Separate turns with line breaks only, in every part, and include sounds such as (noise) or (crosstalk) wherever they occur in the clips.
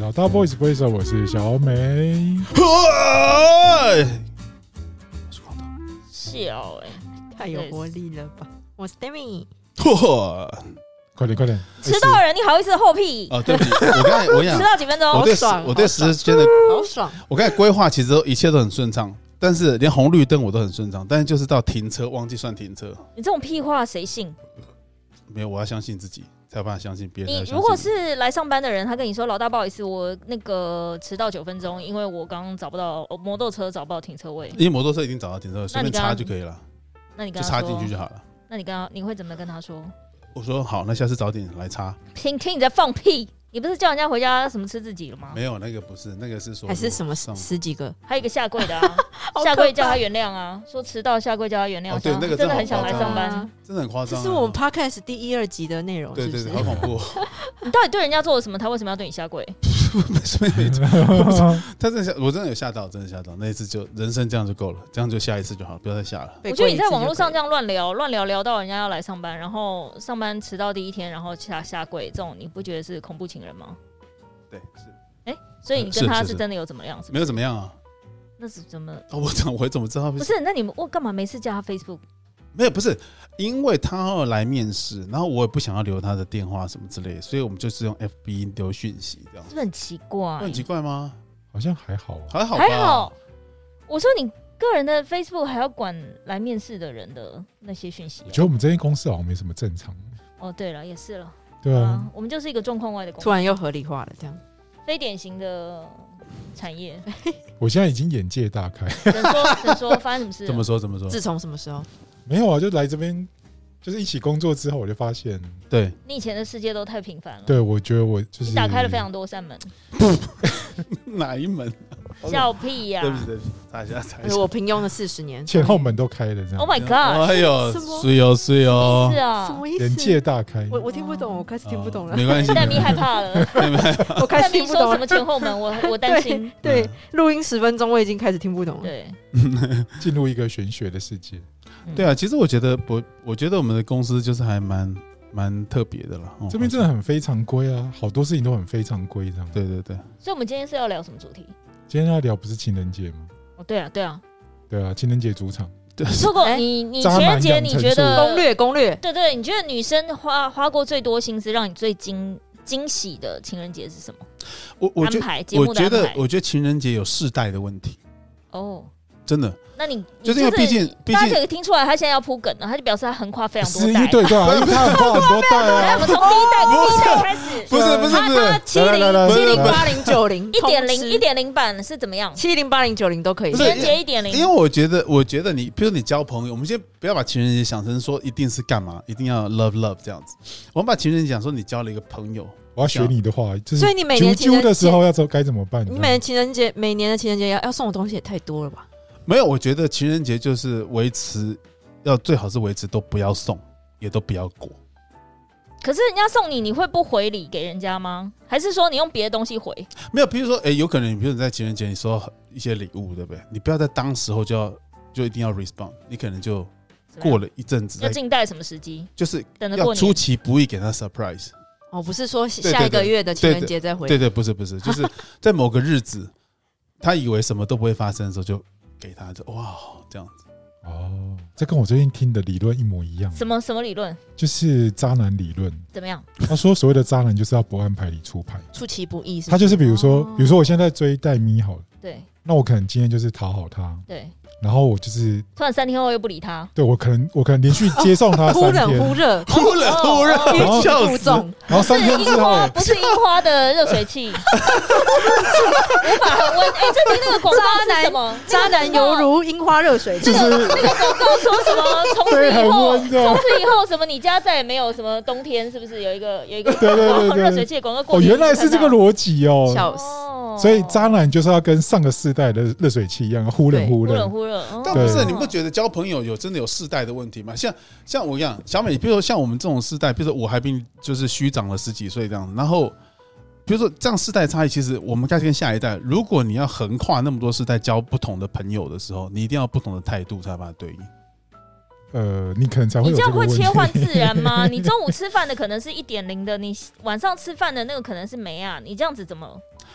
到大 boys 不会说我是小美，
笑哎、
太有活力了吧！我是 Demi，
快点快点，哎
迟到了你好意思后屁？
哦，对不起，我刚才我跟你
迟
讲，
到几分钟？
我对时
爽哦
我对时间的，
好爽！
我刚才规划其实都一切都很顺畅，但是连红绿灯我都很顺畅，但是就是到停车忘记算停车，
你这种屁话谁信？
没有，我要相信自己，才有办法相信别人。才
你
会相信
如果是来上班的人，他跟你说：“老大，不好意思，我那个迟到九分钟，因为我刚刚找不到我摩托车，找不到停车位。
因为摩托车已经找到停车位，随便
那你刚
插就可以了，”
那你
就
跟他
插
说
进去就好了。
那你跟他你会怎么跟他说？
我说好，那下次早点来插。
听听你在放屁！你不是叫人家回家什么吃自己了吗？
没有，那个不是，那个是说
还是什么
上
十几个？
还有一个下跪的、
(laughs)
啊，下跪叫他原谅啊，说迟到下跪叫他原谅。
哦对
说
那个
真的
真
很
好
想来
夸
上
张
班。
啊
真的很夸
这
张啊。
是我们 podcast 第一、二集的内容，
对
是不
对
是
对，好恐怖哦。
你到底对人家做了什么？他为什么要对你下跪？
没事没事没事，他真的吓，我真的有吓到，真的吓到。那一次就人生这样就够了，这样就下一次就好，不要再吓了。
被
我觉得
跪一
你
次
在网络上
就
这样乱聊，乱聊聊到人家要来上班，然后上班迟到第一天，然后下下跪，这种你不觉得是恐怖情人吗？
对，是
所以你跟
是
他
是
是
是
真的有怎么样？是不
没
是
有怎么样啊？
那是怎么？
啊我怎我怎么知道？
不是，那你们我干嘛没事加他 Facebook？
没有不是，因为他要来面试，然后我也不想要留他的电话什么之类的，所以我们就是用 FB 留讯息这样
是。不是很奇怪？
很奇怪吗？
好像还好啊，
还好吧，
还好，我说你个人的 Facebook 还要管来面试的人的那些讯息
我
啊、
觉得我们这间公司好像没什么正常，
哦，对了，也是了，
对啊
啊，，我们就是一个状况外的公
突然又合理化了，这样
非典型的产业。
我现在已经眼界大开， (laughs)
怎说怎说，发生什么事了？
怎么说怎么说？
自从什么时候？
没有啊，就来这边就是一起工作之后，我就发现，
对，
你以前的世界都太平凡了。
对我觉得我就是
你打开了非常多扇门，
哪一门？
笑屁呀、
对不起对不起，大家猜一
哎
下。
我平庸了四十年，
前后门都开了这样
Oh my god！
哎呦
什么，
是哦是哦
是，
什
啊，
么意
眼
思？
界大开，
我我听不懂，我开始听不懂
哦
了，
没关系，
戴咪害怕了，
我开
戴
始
咪
听不
说
懂
什
了
么。前后门，我我担心。
嗯
对，录音十分钟，我已经开始听不懂了。
对，
进入一个玄学的世界。
对
嗯
啊，其实我觉得我我觉得我们的公司就是还蛮蛮特别的了。哦
这边真的很非常规啊，好多事情都很非常规这样。
对对对，
所以我们今天是要聊什么主题？
今天要聊不是情人节吗？
哦，对啊，对啊。
对啊，情人节主场，
如果
哎
你你
渣
情
男
人节
养
你
成
觉
术
得
攻略攻略，
对对，你觉得女生花花过最多心思，让你最惊惊喜的情人节是什么？
我我觉
安排节目
我
的
觉
安
得
排。
我觉得情人节有世代的问题，
哦，
真的。
那你你
就是因为毕竟毕
大家
竟
可以听出来，他现在要铺梗了，他就表示他横跨非常多
十一
代。
对对啊，因为他很跨很多代
来，我
啊。
们从第一代
不
第
是
一代开始。
不是不是
他
不是
他 (laughs) 七零
来来来
七零
不是
八
八零九零
一点零一点零版是怎么样？
七零八零九零都可以
不
情
是
人节一点零
因为我觉得，我觉得你，比如你交朋友，我们先不要把情人节想成说一定是干嘛，一定要 love love 这样子。我们把情人节讲说你交了一个朋友，
我要学你的话，就是
所以你每年情
啾
人
啾
节
的时候要怎该怎么办？知
你
道吗
每年情人节，每年的情人节要要送的东西也太多了吧？
没有，我觉得情人节就是维持，要最好是维持都不要送，也都不要过。
可是人家送你，你会不回礼给人家吗？还是说你用别的东西回？
没有，比如说，哎，有可能，你比如你在情人节你收到一些礼物，对不对？你不要在当时候就要就一定要 respond，你可能就过
了，
了一阵子
要
再，
静待什么时机？
就是
等着
要
过
出
年。
其不意给他 surprise。
哦，不是说
对
下一个月的情人节再回，
对对，不是不是，就是在某个日子，他以为什么都不会发生的时候，就给他就哇这样子。
哦，这跟我最近听的理论一模一样，
什么什么理论？
就是渣男理论。
怎么样？
他说所谓的渣男就是要不按牌理出牌，
出其不意是不是。
他就是比如说
哦，
比如说我现在在追戴咪好了，
对
那我可能今天就是讨好他，
对，
然后我就是
突然三天后又不理他，
对我可能我可能连续接送他
(laughs) 忽
三
冷
天，
忽热，
忽冷忽热
哦，
欲擒
笑
故
死！
纵，
然后三天
是
之
樱花， (laughs)
后，
不是樱花的热水器，无法恒温。哎，这跟那个广告是什么？
渣男犹如樱花热水器
就。是
那个广告说什么？从此
对
以
很
后，
温
从
热。
此以后什么？你家再也没有什么冬天，是不是有一个有一个
对对对对
热水器的广告？过
哦，
年
原来是这个逻辑哦。
笑死！
哦
所以渣男就是要跟上个世代的热水器一样，忽冷忽
忽
热
冷。忽热，哦
但不是
对
你不觉得交朋友有真的有世代的问题吗？像像我一样，小美，比如说像我们这种世代，比如说我还比你就是虚长了十几岁这样，然后比如说这样世代差异，其实我们该跟下一代，如果你要横跨那么多世代交不同的朋友的时候，你一定要有不同的态度才把它对应。
呃，你可能才会
你
有这
这样
个
会
问题
切。换自然
(laughs)
吗？你中午吃饭的可能是一点零的，你晚上吃饭的那个可能是没啊，你这样子怎么？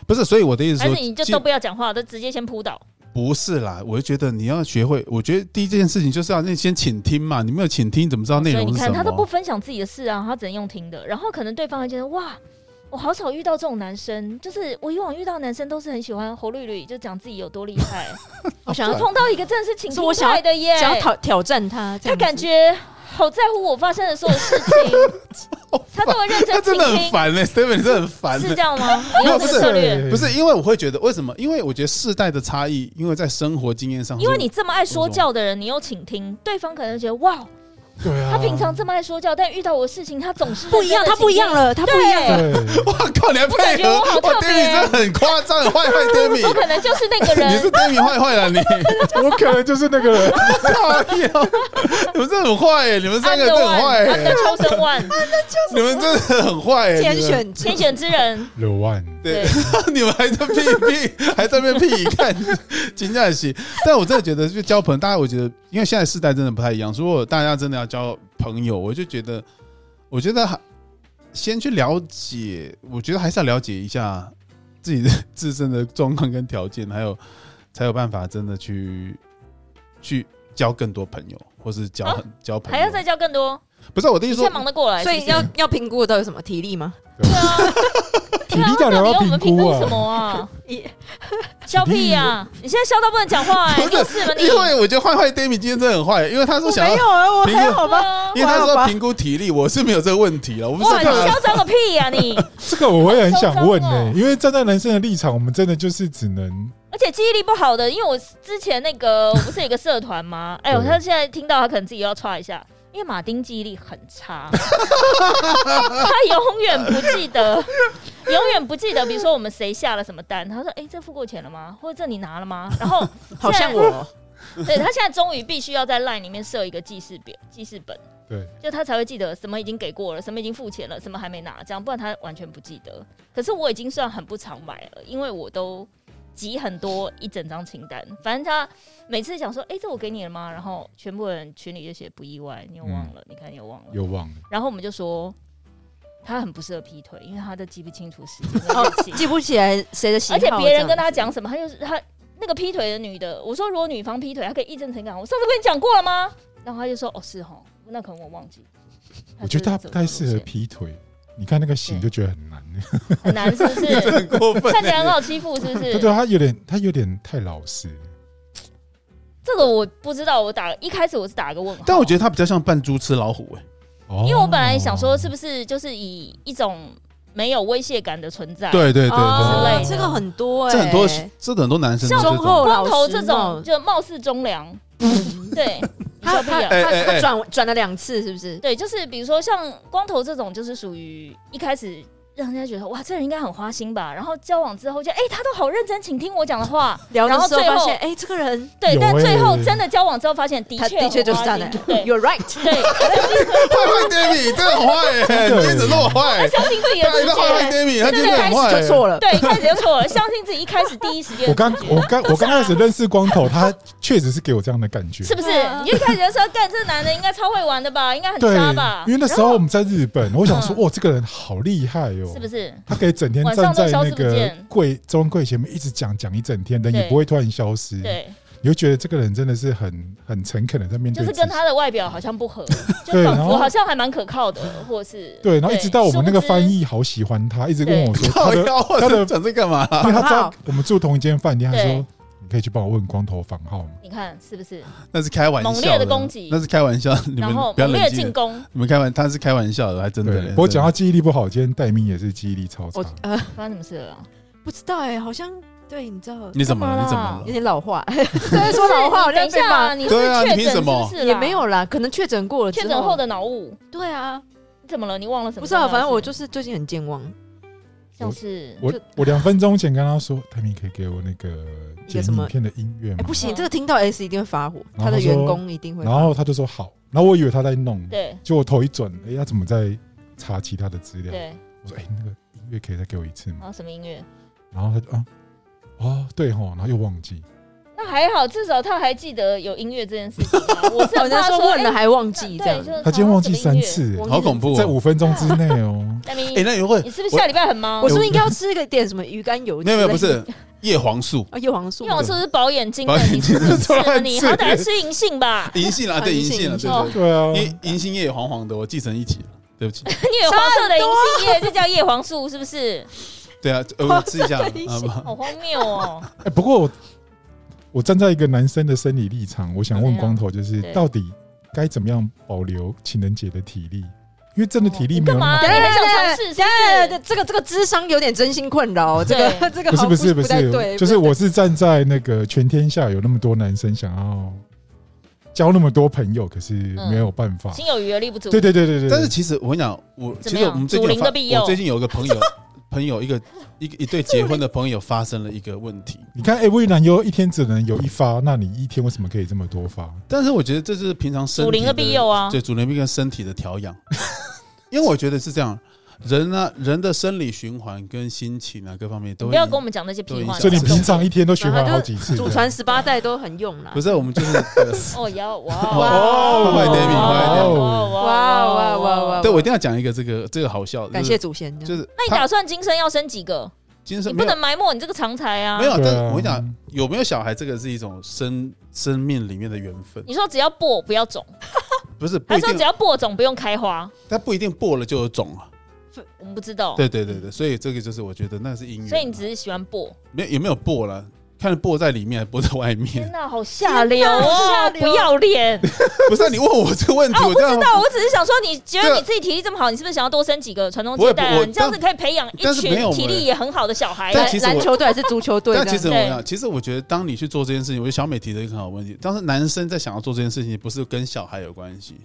不是，所以我的意思
还
说，
是你就
既
都不要讲话，都直接先扑倒。
不是啦，我就觉得你要学会，我觉得第一件事情就是要那先倾听嘛，你没有倾听，怎么知道内
哦所以
容
你
是什
看，
么？
他都不分享自己的事啊，他只能用听的。然后可能对方会觉得哇，我好少遇到这种男生，就是我以往遇到的男生都是很喜欢侯绿绿，就讲自己有多厉
(laughs)
害。
我想
然后
要
碰到一个真的是挺
是我
厉
想要
害的耶，
想要挑挑战他，这
他
样子
感觉好在乎我发生的所有
(laughs)
事情，他都会认
(laughs) 他
真倾
真的很
听，
烦呢、s t e v e n 你真的很烦、
是
欸
这。样吗？你
啊
用这个策略，
不是因为我会觉得为什么？因为我觉得世代的差异，因为在生活经验上，
因为你这么爱说教的人，你又倾听，对方可能觉得哇，
对啊，
他平常这么爱说教，但遇到我事情，他总是
不一样，他不一样
了。
了，他不一样了。
对，
哇靠，你还
我感
配
觉
合
我好
哇
特别
d a m i 真的很夸张，坏坏 d a
(laughs)
m i
我可能就是那个
你 (laughs)
人
是，d a m i 坏坏了
(laughs)
你，
我可能就是那个人，
靠腰你们这很坏、欸，你们三个
I'm the
真的很
one，
坏、
I'm the
欸，
chosen one，
你们真的很坏、欸，
天
你们
选
天选之人。
刘万，
对， (laughs) 你们还在屁屁，还在那边屁，看惊讶喜。但我真的觉得，就交朋友，大家我觉得，因为现在世代真的不太一样。如果大家真的要交朋友，我就觉得，我觉得还先去了解，我觉得还是要了解一下自己的自身的状况跟条件，还有才有办法真的去去交更多朋友，或是交、
啊
交朋友。
还要再教更多，
不是我的意
你
思说
现在，忙得过来，
所
是
以
不是
要 (laughs) 要评估的到底有什么体力吗？
对啊，
(laughs)
体力到底要
那
不
你用我
要
们评
估
估
啊
什？么
(laughs)
啊？
一
笑屁呀！你现在笑到不能讲话哎，
不
你
是
有事吗？你
因为我觉得坏坏 d a m i 今天真的很坏，因为他说
我
想
没
要
有啊，我
评估
还好吧。
哇，
(laughs) 因为他
哇好
说
吧
评估体力，我是没有这个问题了，我不是
哇你
看了
嚣张个屁呀
(laughs)
你！
这个我也很想问呢、欸
好嚣张哦
因为站在男生的立场，我们真的就是只能
而且记忆力不好的，因为我之前那个我不是有一个社团吗？哎呦，
对
他现在听到他可能自己又要歘一下，因为马丁记忆力很
(laughs)
差，他永远不记得，永远不记得，比如说我们谁下了什么单，他说：“哎、这付过钱了吗？或者这你拿了吗？”然后
好像我
对他现在终于必须要在 LINE 里面设一个记事表、记事本，
对，
就他才会记得什么已经给过了，什么已经付钱了，什么还没拿，这样不然他完全不记得。可是我已经算很不常买了，因为我都集很多一整张清单，反正他每次想说，哎、这我给你了吗？然后全部人群里就写不意外，你又忘了，你看你又忘了，
又忘了。
然后我们就说他很不适合劈腿，因为他都记不清楚时间跟日期。
记不起来谁的喜好
而
这
且
样子，
别人跟他讲什么，他就是他那个劈腿的女的，我说如果女方劈腿，她可以义正词严。我上次跟你讲过了吗？然后他就说哦是哦，那可能我忘记。
我觉得他不太适合
劈，
劈腿，你看那个型就
对
觉得很难。
很难是不是？
很过
(laughs)
分。
看起来很好欺负是不
对
是？
(laughs) 对，啊他有点他有点太老实。
这个我不知道，我打一开始我是打个问号，
但我觉得他比较像扮猪吃老虎、哎，
哦
因为我本来想说是不是就是以一种没有威胁感的存
(laughs)
在，
对对对
哦
之类的
这个很多哎，
这很多这很多男生都这
忠
种。
厚
光
老
头
实
这
那
种就貌似忠良，对，
他
小屁
他
啊
哎
他
哎哎
他转转了两次，是不是？
对，就是比如说像光头这种，就是属于一开始让人家觉得哇，这人应该很花心吧，然后交往之后就哎、他都好认真，请听我讲的话。
聊的
然后
时候
最
发
后
现，哎，这个人
对，
有
但最后
欸
真的交往之后发现，的
他
确
的确
很
就是
花
渣
心
男 (laughs)
对
，You're right。
对，
坏坏 d a m i 真的很坏、哎，你今天怎么那么坏？
相信自己
(laughs)
的
大家
直
都坏坏 d
觉，
a m i 他今天很坏、欸
就错了，
对，一开始就错了，相信自己一开始第一时间
我
的
刚
直觉
我刚我刚开始认识光头，他确实是给我这样的感觉。
是不是
对啊？
你就一开始就说，干这男的应该超会玩的吧，应该很
对
渣吧，？
因为那时
然
候
后
我们在日本，我想说，
嗯
哇，这个人好厉害哦，
是不是？
他可以整天
晚
站
上都
在
消
那
失不
个
见
柜中柜前面一直讲讲一整天，人也
对
不会突然消失。
对，
你会觉得这个人真的是很很诚恳的在面
就
对
是
自己，
跟他的外表好像
(laughs)
不合，就
对
仿
然
佛
后
好像还蛮可靠的，或是
对，然后一直到我们那个
殊不知
翻译好喜欢他，一直问我说他
靠
的，
腰，我
他的
讲这干嘛、
因为他知
房
道
号
我们住同一间饭店，他
对
说你可以去帮我问光头房号吗？
你看是不是？
(laughs) 那是开玩笑
猛烈的攻击
那是开玩笑，你
然
们
后
不要
猛烈
冷
的
静
进。攻，
你们开玩，他是开玩笑的，还真的
对，
嘞。
不过讲到记忆力不好，今天戴明也是记忆力超差
我，呃
发生什么事
(laughs)
了啊？
不知道哎，好像对，你知道
你怎么了？你怎么
干嘛
了
有？点老化，在说老话，我
等
在
一
被
下啊，
骂。
你是
对啊
确
你凭
诊是
什么
不是啦
也没有啦，可能确诊过了之
确诊后的脑雾，
对啊，
怎么了？你忘了什么？
不是啊，反正我就是是最近很健忘，
像是
我
就
我两分钟前跟他说，戴明可以给我那个
一
剪
个什么
影片的音乐
哎、
吗
不？行，
嗯
这个听到 S 一定会发火，
然后
他的
他
员
说
工一定会发
然
火。
后他就说好，然后我以为他在弄，
对
结果头一转，哎，他怎么在查其他的资料？
啊
对，
我说哎，那个音乐可以再给我一次
然
吗？
后什么音乐？
然后他就啊，哦对吼，然后又忘记，
那还好，至少他还记得有音乐这件事情
(laughs)
啊。我是很
哦人家
怕
说问了
哎
还忘记这
对，
样
就，是
他今天忘记三
好。
次，
我
好恐怖
在
哦！
五分钟之内
(laughs)。
哦
大明
(laughs) 哎，，那也会
你是不是下礼拜很忙
我？是不是应该要吃一个点什么鱼干油鸡？
没有没有不是叶黄
(laughs)
素，
啊，叶黄素
因为我是不是饱眼睛了
饱？眼
你
睛
是不是吃了你
突然吃
好歹吃银杏吧
(laughs) ，银杏啦，对
啊
银
银杏
杏啦，
银
对对对。
杏
对啊，
哦
银银杏叶黄黄的，我继承一起了，对
(laughs)
不起。
你有黄色的银杏叶就叫叶黄素，是不是？
对啊，呃我吃一下
银
啊
杏
不
好荒谬哦！
(laughs)
哎不过我我站在一个男生的生理立场，我想问光头，就是
对
到底该怎么样保留情人节的体力？因为真的体力没有那么
哦
好
你干嘛。
对
很想
对
尝试是不是
对对，这个这个智商有点真心困扰，这个这个
不
(laughs)
是
好
不是不
不太
是，
对，
就是我是站在那个全天下有那么多男生想要交那么多朋友，可是没有办法。
心有余而力不足。
对对对对对，
但是其实我跟你讲，我
怎
其
么
实
样
我们最近
祖
有
灵
发
的庇佑
我最近有一个
(laughs)
朋友朋友一个一个一对结婚的朋友发生了一个问题，
你看 AV 男优一天只能有一发，那你一天为什么可以这么多发？
但是我觉得这是平常身
祖
体
灵的庇佑啊，
对主灵病跟身体的调
(laughs)
养，因为我觉得是这样，人呢、人的生理循环跟心情啊各方面都会
你不要跟我们讲那些屁话。
所以你
是
平常一天都循环
然后
好
就
几次。
啊祖传十八代都很用啦
不。是我们就是。呃
(laughs) 哦，要哇
哦
坏 David，坏 David
哇哇哇哇！
对，我一定要讲一个这个这个好笑，
感谢祖先，
就是
那你
他
打算今生要生几个？
精
你
神
不
没有
能埋没你这个常才啊！
没有，
对啊
但是我跟你讲，有没有小孩这个是一种生生命里面的缘分，
你说只要播不要种，
不是不
嗯还
一
是说只
定，
要播种不用开花？
它不一定播了就有种啊。
我们不知道，
对对对对，所以这个就是我觉得那是因缘啊。
哦所以你只是喜欢播。
没有有没有播了？看播在里面还是播在外
天
面？
哪，好下流
天哪
哦！
好下流
不要 (laughs) 脸
(laughs) 不是啊你问我这个问题，
啊！我不
当然
知道，我只是想说，你觉
对
得
啊
你自己体力这么好，你是不是想要多生几个传宗
不会
接代
不我
啊？你这样子可以培养一
但是没有
群
我
体力也很好的小孩。
但
篮
其实我
篮球队还是足球队
但
这
其
样？
实我
对
想，其实我觉得，当你去做这件事情，我觉得小美提的一个很好的问题。当时男生在想要做这件事情，不是跟小孩有关系，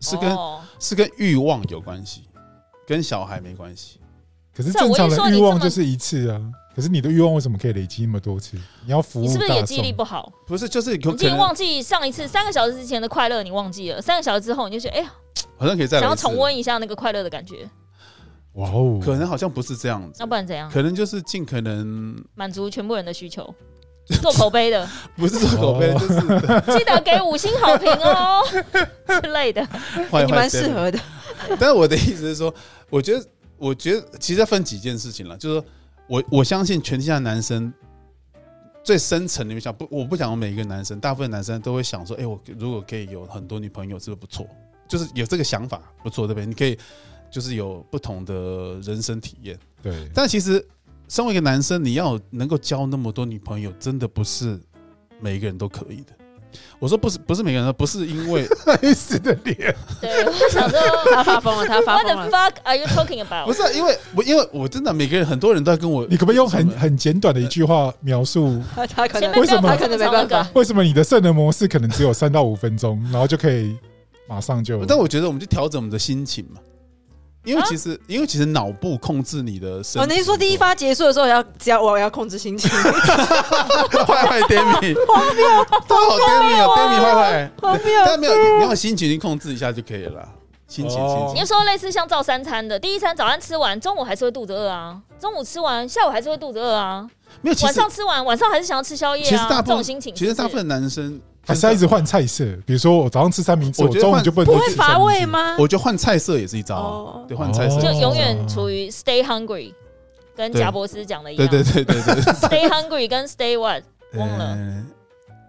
是跟、
哦
是跟欲望有关系，跟小孩没关系。
可是正常的欲望就是一次啊，可是你的欲望为什么可以累积那么多次？你要服务
你是不是也
大
记忆力
众。
不好？
不是，就是有
你
可
竟
能
然忘记上一次三个小时之前的快乐，你忘记了；三个小时之后，你就觉得哎呀，
好像可以再
想
来
要
一次
重，温一下那个快乐的感觉。
哇哦，
可能好像不是这样子
那，不然怎
嗯
样？
可能就是尽可能
满足全部人的需求，
(laughs)
做口碑的，
不是做口碑，
哦
就是
记得给五星好评
(laughs)
哦之类的。
坏 (laughs)
你
坏
蛮
谁
适。合的，
但是我的意思是说，我觉得，我觉得其实要分几件事情了，就是说我我相信全天下男生最深层里面想不，我不想我每一个男生，大部分男生都会想说，哎、我如果可以有很多女朋友，是不是不错？就是有这个想法不错，对不对？你可以就是有不同的人生体验。
对，
但其实，身为一个男生，你要能够交那么多女朋友，真的不是每一个人都可以的。我说不是，不是每个人都，不是因为
类似的脸，
对，我想说
(laughs) 他发疯了，他发
，What
疯
the
了。
fuck are you talking
不
about？
是啊、因为我，因为我真的每个人，很多人都在跟我，
你可不可以用很
什么
很简短的一句话描述
他 (laughs) 他可
前
能
面
为什么
不要
他可能
这么
没办法
长
为什么你的圣人模式可能只有三到五分钟，然后就可以马上就？
但我觉得我们就调整我们的心情嘛，因为其实，因为其实脑部控制你的身体。
哦，你是说第一发结束的时候要只要我要控制心情？
(laughs) 坏坏 Demi，荒谬，他好 Demi 哦，Demi 坏坏，
荒谬
(laughs) 但没有，你要心情去控制一下就可以了啦，心情
哦
心
你
情
要。说类似像照三餐的，第一餐早餐吃完，中午还是会肚子饿啊；中午吃完，下午还是会肚子饿啊；
没有，其
晚
实
上吃完，晚上还是想要吃宵夜
其实
啊。
大
这
部分
种心情是不
其
是，
实大部分男生
还是要一直换菜色，比如说我早上吃三明治，
我
我
觉得
中午
换
就不能
不
多
会
吃
乏
三明治
味？吗？
我觉得换菜色也是一招啊
哦，
对，换菜色
哦
就
也是一招
永远处于 stay hungry，跟
对
贾博士讲的一
对
样。
对对对对，
stay hungry 跟 stay what
(laughs)
忘了
呃，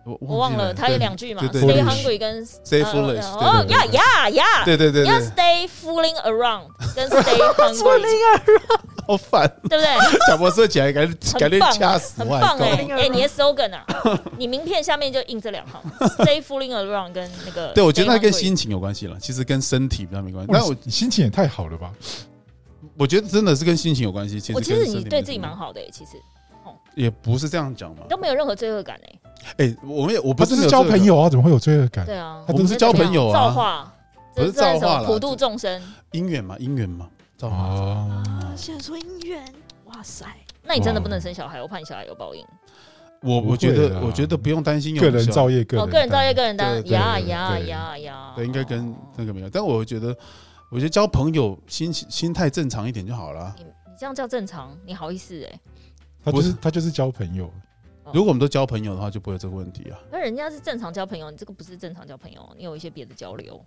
我
我忘了，它有两句嘛
对对
对
，stay
对
hungry 跟
stay
呃
foolish，
哦
对对
呀呀呀，
对对对
要
对，
stay fooling around 跟 stay
说
hungry，
那个
(laughs) 好烦，
对不对？
(laughs) 贾博士起来赶紧
很
赶紧
棒
掐死
很
我，
棒
够
哎
了
哎，你的 slogan 啊，你名片下面就印这两行，stay fooling around 跟那个 stay hungry。
对，我觉得那跟心情有关系了，其实跟身体比较没
嗯
关系。
那
但我
我心情也太好了吧？
我觉得真的是跟心情有关系。其实
我
跟
其实
身体
你
没
对
什
自己
么
蛮好的哎，其实
也不是这样讲嘛。
都没有任何罪恶感哎。
哎，我们也我不
他
是
只是
没有
交
这个
朋，友啊，怎么会有罪恶感？
对啊
他，
我们哎是交朋友
造
啊，
化，
不是
这算
造化
什么
啦
普
这
度众生。
姻缘嘛，姻缘嘛，造化。
哦，
现在说姻缘，哇塞，
那你真的不
哇
能生小孩，我怕你小孩有报应。
我
不
我觉
会
得
啦
我觉得不用担心有
个人
效
造业，个
哦，
人
个人造业，
担
个人担
对对
呀
对
呀
对
呀呀！
对，应该跟
哦
那个没有。但我觉得，我觉得交朋友心情心态正常一点就好了。
你你这样叫正常，你好意思哎？
他
不
就是是他就是交朋友，
如果我们都交朋友的话，就不会有这个问题啊。
那人家是正常交朋友，你这个不是正常交朋友，你有一些别的交流。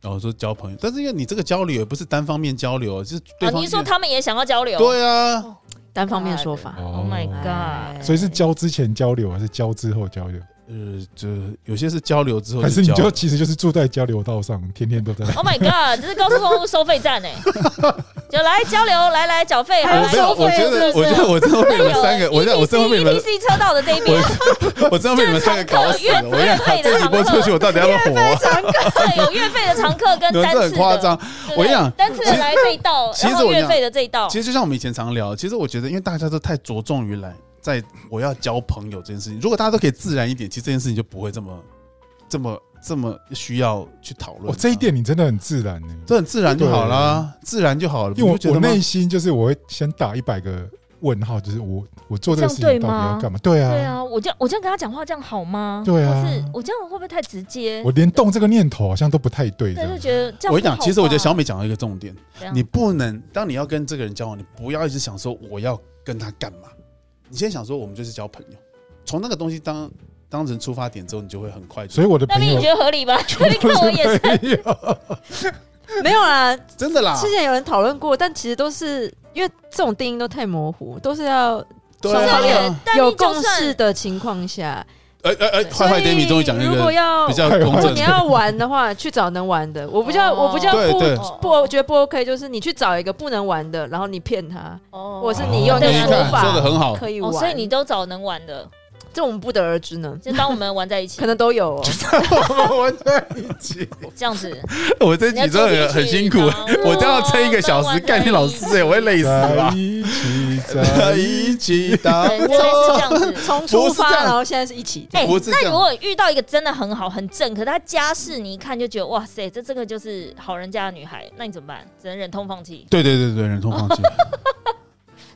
然后说交朋友，但是因为你这个交流也不是单方面交流，就是对
哦，
方
你
面。
是说他们也想要交流？
对啊，
单方面说法。
，Oh my
哎
god！
所以是交之前交流还是交之后交流？
呃，就有些是交流之后
还
就是
你
交流，
就其实就是住在交流道上，天天都
(laughs)
在
Oh my god！这是高速公路收费站哎，就来交流，来来缴费，还
哎我
来
没有，
收
我
费
觉
是
哎
得，
不
我
是
觉？得我真的被你
有
们三个，我真的我真的被你们
E T C 车道的这一边，
我 (laughs) 真的被你们三个搞死了！我跟你讲，这一波出去，我到底要不要活啊？
对，有月费的常客
(laughs)
跟
你们
单
这
次
很夸
的，
张。
对
我跟你讲
单次的来这一道，
其实
然后
我跟你
月
讲
费的这一道
其，实就像我们以前常聊，其实我觉得，因为大家都太着重于来在我要交朋友这件事情，如果大家都可以自然一点，其实这件事情就不会这么、这么、这么需要去讨论。
我哦这一，点你真的很自然呢、欸
这很自然就好啦，自然就好了。
因为
你不觉
我我
得吗
内心就是我会先打一百个问号，就是我我做这个事情
这
到
样
底
对吗
要干嘛？对啊，
对啊，我这样我这样跟他讲话，这样好吗？
对啊
或是我这样会不会太直接
我？连动这个念头好像都不太对，这
对，就
样
觉得这样
我
不好吧。
跟你讲，其实我觉得小美讲到一个重点，
怎样
你不能当你要跟这个人交往，你不要一直想说我要跟他干嘛，你先想说我们就是交朋友，从那个东西当当成出发点之后，你就会很快就。
所以我的
(laughs) 那
朋
你
友
觉得合理吗？
(laughs) 全
你
部
看我也
是
是，
朋
(laughs)
友，
没有啦，
真的啦，
之前有人讨论过，但其实都是因为这种定义都太模糊，都是要
对
双方
啊，
但
有
你就
共
算
识的情况下。
哎哎哎，坏坏
所以
Demi 终于讲一
如
个
果要
比较
如
公
果
如果
正
你
的，
要玩的话，去找能玩的。我比较，我比较
对对
不不，我觉得不 OK，就是你去找一个不能玩的，然后你骗他，
哦
或者是你用一
对
个
你
啊
看
说法
说的很好，
可以
哦，
玩。
所以你都找能玩的，
这我们不得而知呢，
就当我们玩在一
(laughs)
起
可能都有哦。
我在一起，
这样子，
我这
你要
集真的
出去哦
很很辛苦
一，趟
(laughs) 我都要撑一个小时，干你老师哎，我会累死
在
吧？
一起，在
在
一起
(laughs) 一起打 (laughs)
对，就类似这
我，
样子。
从
不
出
是
发，
这样
然后现在是一起。
哎、
(laughs) 不是这
那
样
如果遇到一个真的很好、很正，可是他家世你一看就觉得哇塞，这这个就是好人家的女孩，那你怎么办？只能忍痛放弃。
对对对对，忍痛放
(laughs)
弃。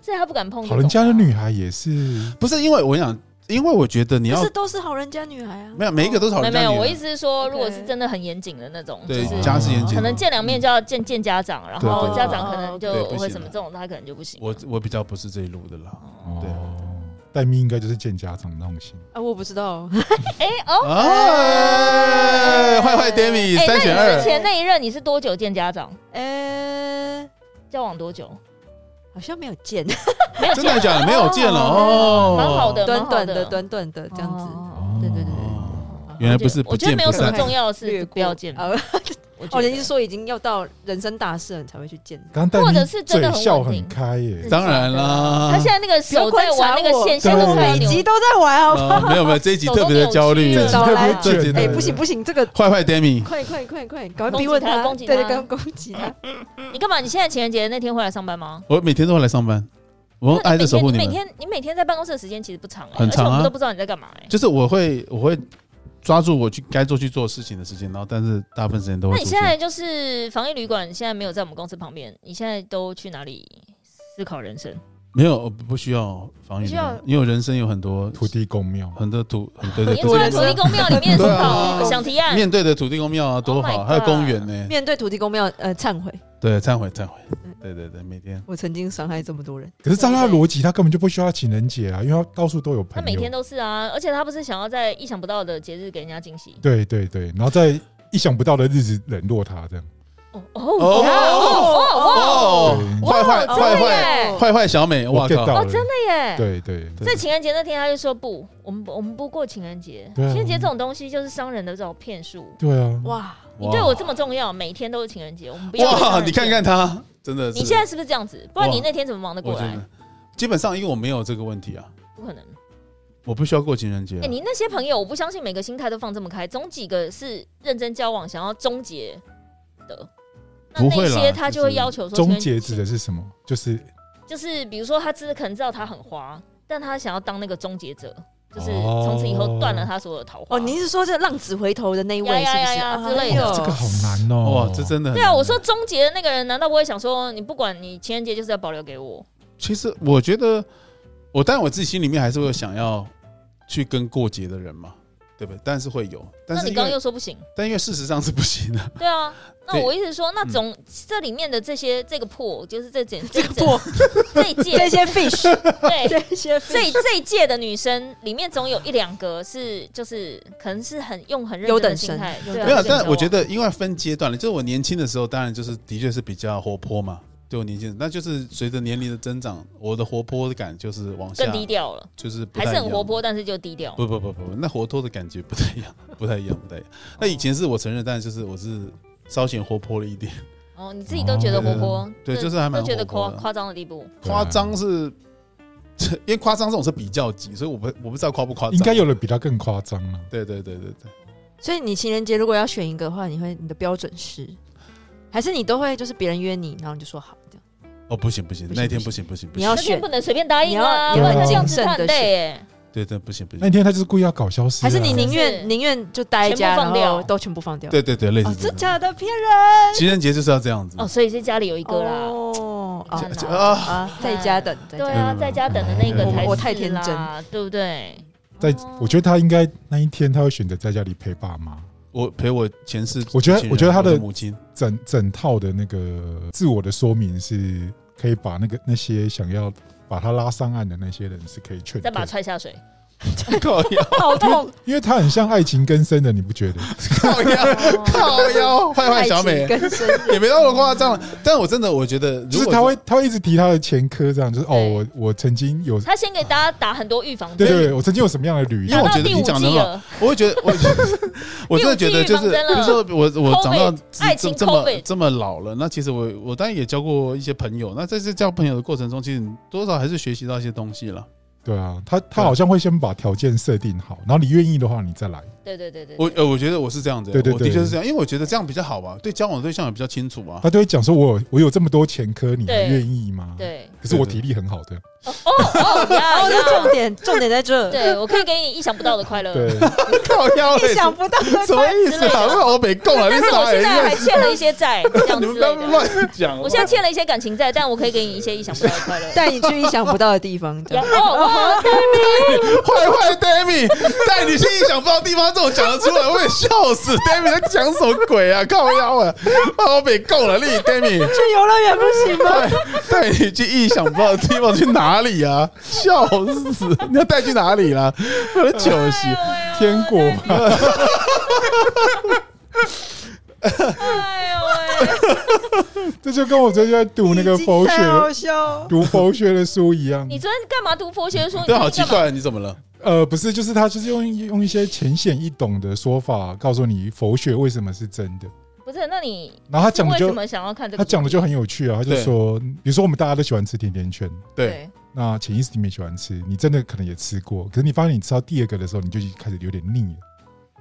所以他不敢碰这种
好人家的女孩也是，
不是因为我想，因为我觉得你
不
要
是都是好人家女孩啊？
没有每一个都是好
没
人家
有
女
没有，
儿，
我意思是说，
OK
如果是真的很严谨的那种，就
对
是
家世严谨
可，能见两面就要见见家长，然
对
后
对
家长可能
对
就
不行
会
啊
什么这种，他可能就不行。
我我比较不是这一路的啦。对
哦，戴咪应该就是见家长那种型，
啊，我不知道。 (laughs)
哎、哦，
哎，坏坏 Demi
哎、
三选
那你之
二，
前那一任你是多久见家长？
呃，
交往多久？
好像没有见，
没有
真
见
的假的？没有见了
哦
哦，
蛮好的
短短
蛮好的
的、短短的这样子。
哦
对对对对
哦原来不是
我
不
觉得
见
没有
不
什么
散
不，
重要的
略
事，
过
不要见。
呃
我觉
哦，
得
人家说已经要到人生大事了，你才会去见。
刚刚戴
或
咪
者是真的
嘴
很
笑
稳定嗯
很开耶，
当然啦。
他现在那个手在玩那个
啊
线，
不要
现在
观察
都
我
快要
对
每
扭
集都在玩啊！
哦没有没有，这一集特别的焦虑
手，
这集特
都
扭曲
别
找
卷
来
的，
对
哎，不行不行，这个
坏坏 Demi，
快快快快，赶快
攻击
逼问
他攻击
对对，
他
刚攻击他。
你干嘛？你现在情人节那天会来上班吗？
我每天都会来上班，我
那
哦爱着守护你
你每天你每
们，
天你每天在办公室的时间其实不长、欸，
很长啊
而且我们都不知道你在干嘛、欸。
就是我会我会抓住我去该做去做事情的时间，然后但是大部分时间都
那
会
你
出去
现。在就是防疫旅馆，现在没有在我们公司旁边，你现在都去哪里思考人生？
没有不不需要防御
不需要
的，因为我人生有很多
土地公庙，
很多土，很对对
你就在
对
土地公庙里面思
对啊
考想提案，
面对的土地公庙啊，多
Oh my
好，
God
还有公园呢。
(laughs) 面对土地公庙，呃，忏悔，
对，忏悔忏悔，
嗯
对对对，每天
我曾经伤害这么多人。
可是照他的逻辑，他根本就不需要情人节啊，因为他到处都有
他
朋
每天
友，
都是啊，而且他不是想要在意想不到的节日给人家惊喜。
对对对，然后在意想不到的日子冷落他，这样
哦哦哦
哦
哦
哦，坏坏
哦，
坏
真的
坏
耶！
坏坏小美，
我
哇
get
靠！
到
哦，
了，
真的耶！
对对，
对
在情人节那天，他就说不，我们不我们不过情人节。
对啊
情人节这种东西就是商人的这种骗术。
对啊，
哇，
你对我这么重要，每天都是情人节，我们不要
哇，
商人
你看看他，真的是
你现在是不是这样子？不然你
哇
那天怎么忙得
我
过
觉
来
得？基本上因为我没有这个问题啊，
不可能。
我不需要过情人节啊
哎、。你那些朋友，我不相信每个心态都放这么开，总几个是认真交往想要终结的。那
不会
那
啦
些他就
就
会
是
要求说，
终结指的是什么？就是
就是比如说他只可能知道他很花，但他想要当那个终结者，就是
哦
从此以后断了他所有的桃花。
哦，你是说这浪子回头的那一位
呀
是
呀
不
呀
是
呀
啊
之类的
哎呦
这个好难哦，
哇，这真的很
对啊，
难
我说终结的那个人，难道不会想说，你不管你情人节就是要保留给我？
其实我觉得，我当然我自己心里面还是会有想要去跟过节的人嘛。对不对？但是会有，但
那
是
你
因
刚刚
为
又说不行，
但因为事实上是不行
(laughs)
的、
对啊。那
对
我意思是说，那
嗯
总这里面的这些这个破，就是这整
(laughs) 这个破
这一
(laughs)
届
这些 fish，
对
这些
(laughs)
fish
这这一届的女生里面总有一两个是，就是可能是很用很认
优
真的
等
心
生
态，
优
对啊
等
没有，
生
但我觉
得
得因为分阶段了，就是我年轻的时候，当然就是的确是比较活泼嘛，对我年轻人，那就是随着年龄的增长，我的活泼感就是往下
更，低调了，
就是不
还
太
是
一
很
样
活泼，但是就低调。
不不不不，不那活脱的感觉不太一样，不太一样，不太一样。那以前是我承认，但就是我是稍显活泼了一点，
哦，你自己都觉得活泼，
对就是还蛮
都觉得
活泼
夸
的
夸张的地步。
对啊
夸张是， (laughs) 因为夸张这种是比较级，所以我不我不知道夸不夸张，
应该有。了比他更夸张了。
对对对对对，
所以你情人节如果要选一个的话，你会你的标准是，还是你都会就是别人约你，然后你就说好这样？
哦不行不行，
不行
那一天
不
不行不行不
你
行，
要
那天
选
不，能随便答应啊，
你
不
要
然他这样
你
子
要
他很
谨慎地
累耶。
对对不行不
那
行，
天他就是故意要搞消失啊，
还是你宁
是
愿宁愿就待在家，
全部放
然
掉
后都全部放掉？
对对对，类
哦
似，
这
这种。
假的骗
啊
人
情人节就是要这样子
哦，所以是家里有一个啦。
哦
啊
啊
这
啊，
啊，在家等，在家
对
等
啊，在家等的那个才是啦
我我太天真，
对不对？
在
哦，
我觉得他应该那一天他会选择在家里陪爸妈，
我陪我前世情人，
我觉得我觉得他的
我母亲， (laughs)
整整套的那个自我的说明是可以把那个那些想要把他拉上岸的那些人是可以劝
再把
退
他，踹下水。
靠腰
(laughs) 好痛，
因为他很像爱情根深的，你不觉
(laughs)
得？
靠腰靠腰，坏坏小美
哦爱情更深，
也没那么夸张了。但我真的我觉得，
就
如
是
果
他会他会一直提他的前科，这样就是哦，
对
我我曾经有，
他先给大家打很多预防
对
针，
对对，我曾经有什么样的履历
因为
打
我
到
觉得
第五
你讲得
季
很好
了，
我会觉
(laughs)
得我我真的觉得就是，
第五季预防针了
比如说我我长到
COVID，爱情
这这么
COVID
这么老了，那其实我我当然也交过一些朋友，那在这交朋友的过程中，其实你多少还是学习到一些东西了。
对啊，他他好像会先把条件设定好，然后你愿意的话，你再来。
对对对对，
我呃，我觉得我是这样子，
对对
我的
对
确是这样，因为我觉得这样比较好吧，对交往对象也比较清楚
(laughs)
啊。
他就会讲说我有我有这么多前科，你还
对
愿意吗？，
对。
可是我体力很好的，
哦哦，呀
(laughs)
哦，这
呀
重 (laughs) 点重点在这，
对，我可以给你意想不到的快乐。
对，
靠腰嘞
欸
意，想不到的 (laughs)
什么意思啊？
之类的
我我北贡啊，
但
你
是我
傻
现在还
人？
欠了一些债，这样
你
之
们
类
不要
的。
乱讲。
我现在欠了一些感情债，但我可以给你一些意想不到的快乐。
带你去意想不到的地方，这
然
样
后哦，
坏坏 d a m i 带你去意想不到的地方，这种讲得出来，我也笑死。d a m i 在讲什么鬼啊？靠腰啊！啊，我被够了，你 d a m i
(laughs) 去游乐园不行吗？
带带你去意想不到的地方，去哪里啊？笑死！你要带去哪里啦、我的酒席。
天国
(laughs)
吧，
哎呦喂，
这就跟我最近在读 (laughs) 那个佛学
太
(laughs)
好笑，
读佛学的书一样
你。昨天干嘛读佛学书？你
对，
昨
好
天
奇
干嘛？
怪，你怎么了？
呃，不是，就是他就是用用一些浅显易懂的说法告诉你佛学为什么是真的。
不是，那你
然后他讲的
为什
就
么想要看这个？
他讲的就很有趣啊，他就
对
说，比如说我们大家都喜欢吃甜甜圈，
对，，
那潜意识里面喜欢吃，你真的可能也吃过，可是你发现你吃到第二个的时候，你就已经开始有点腻了，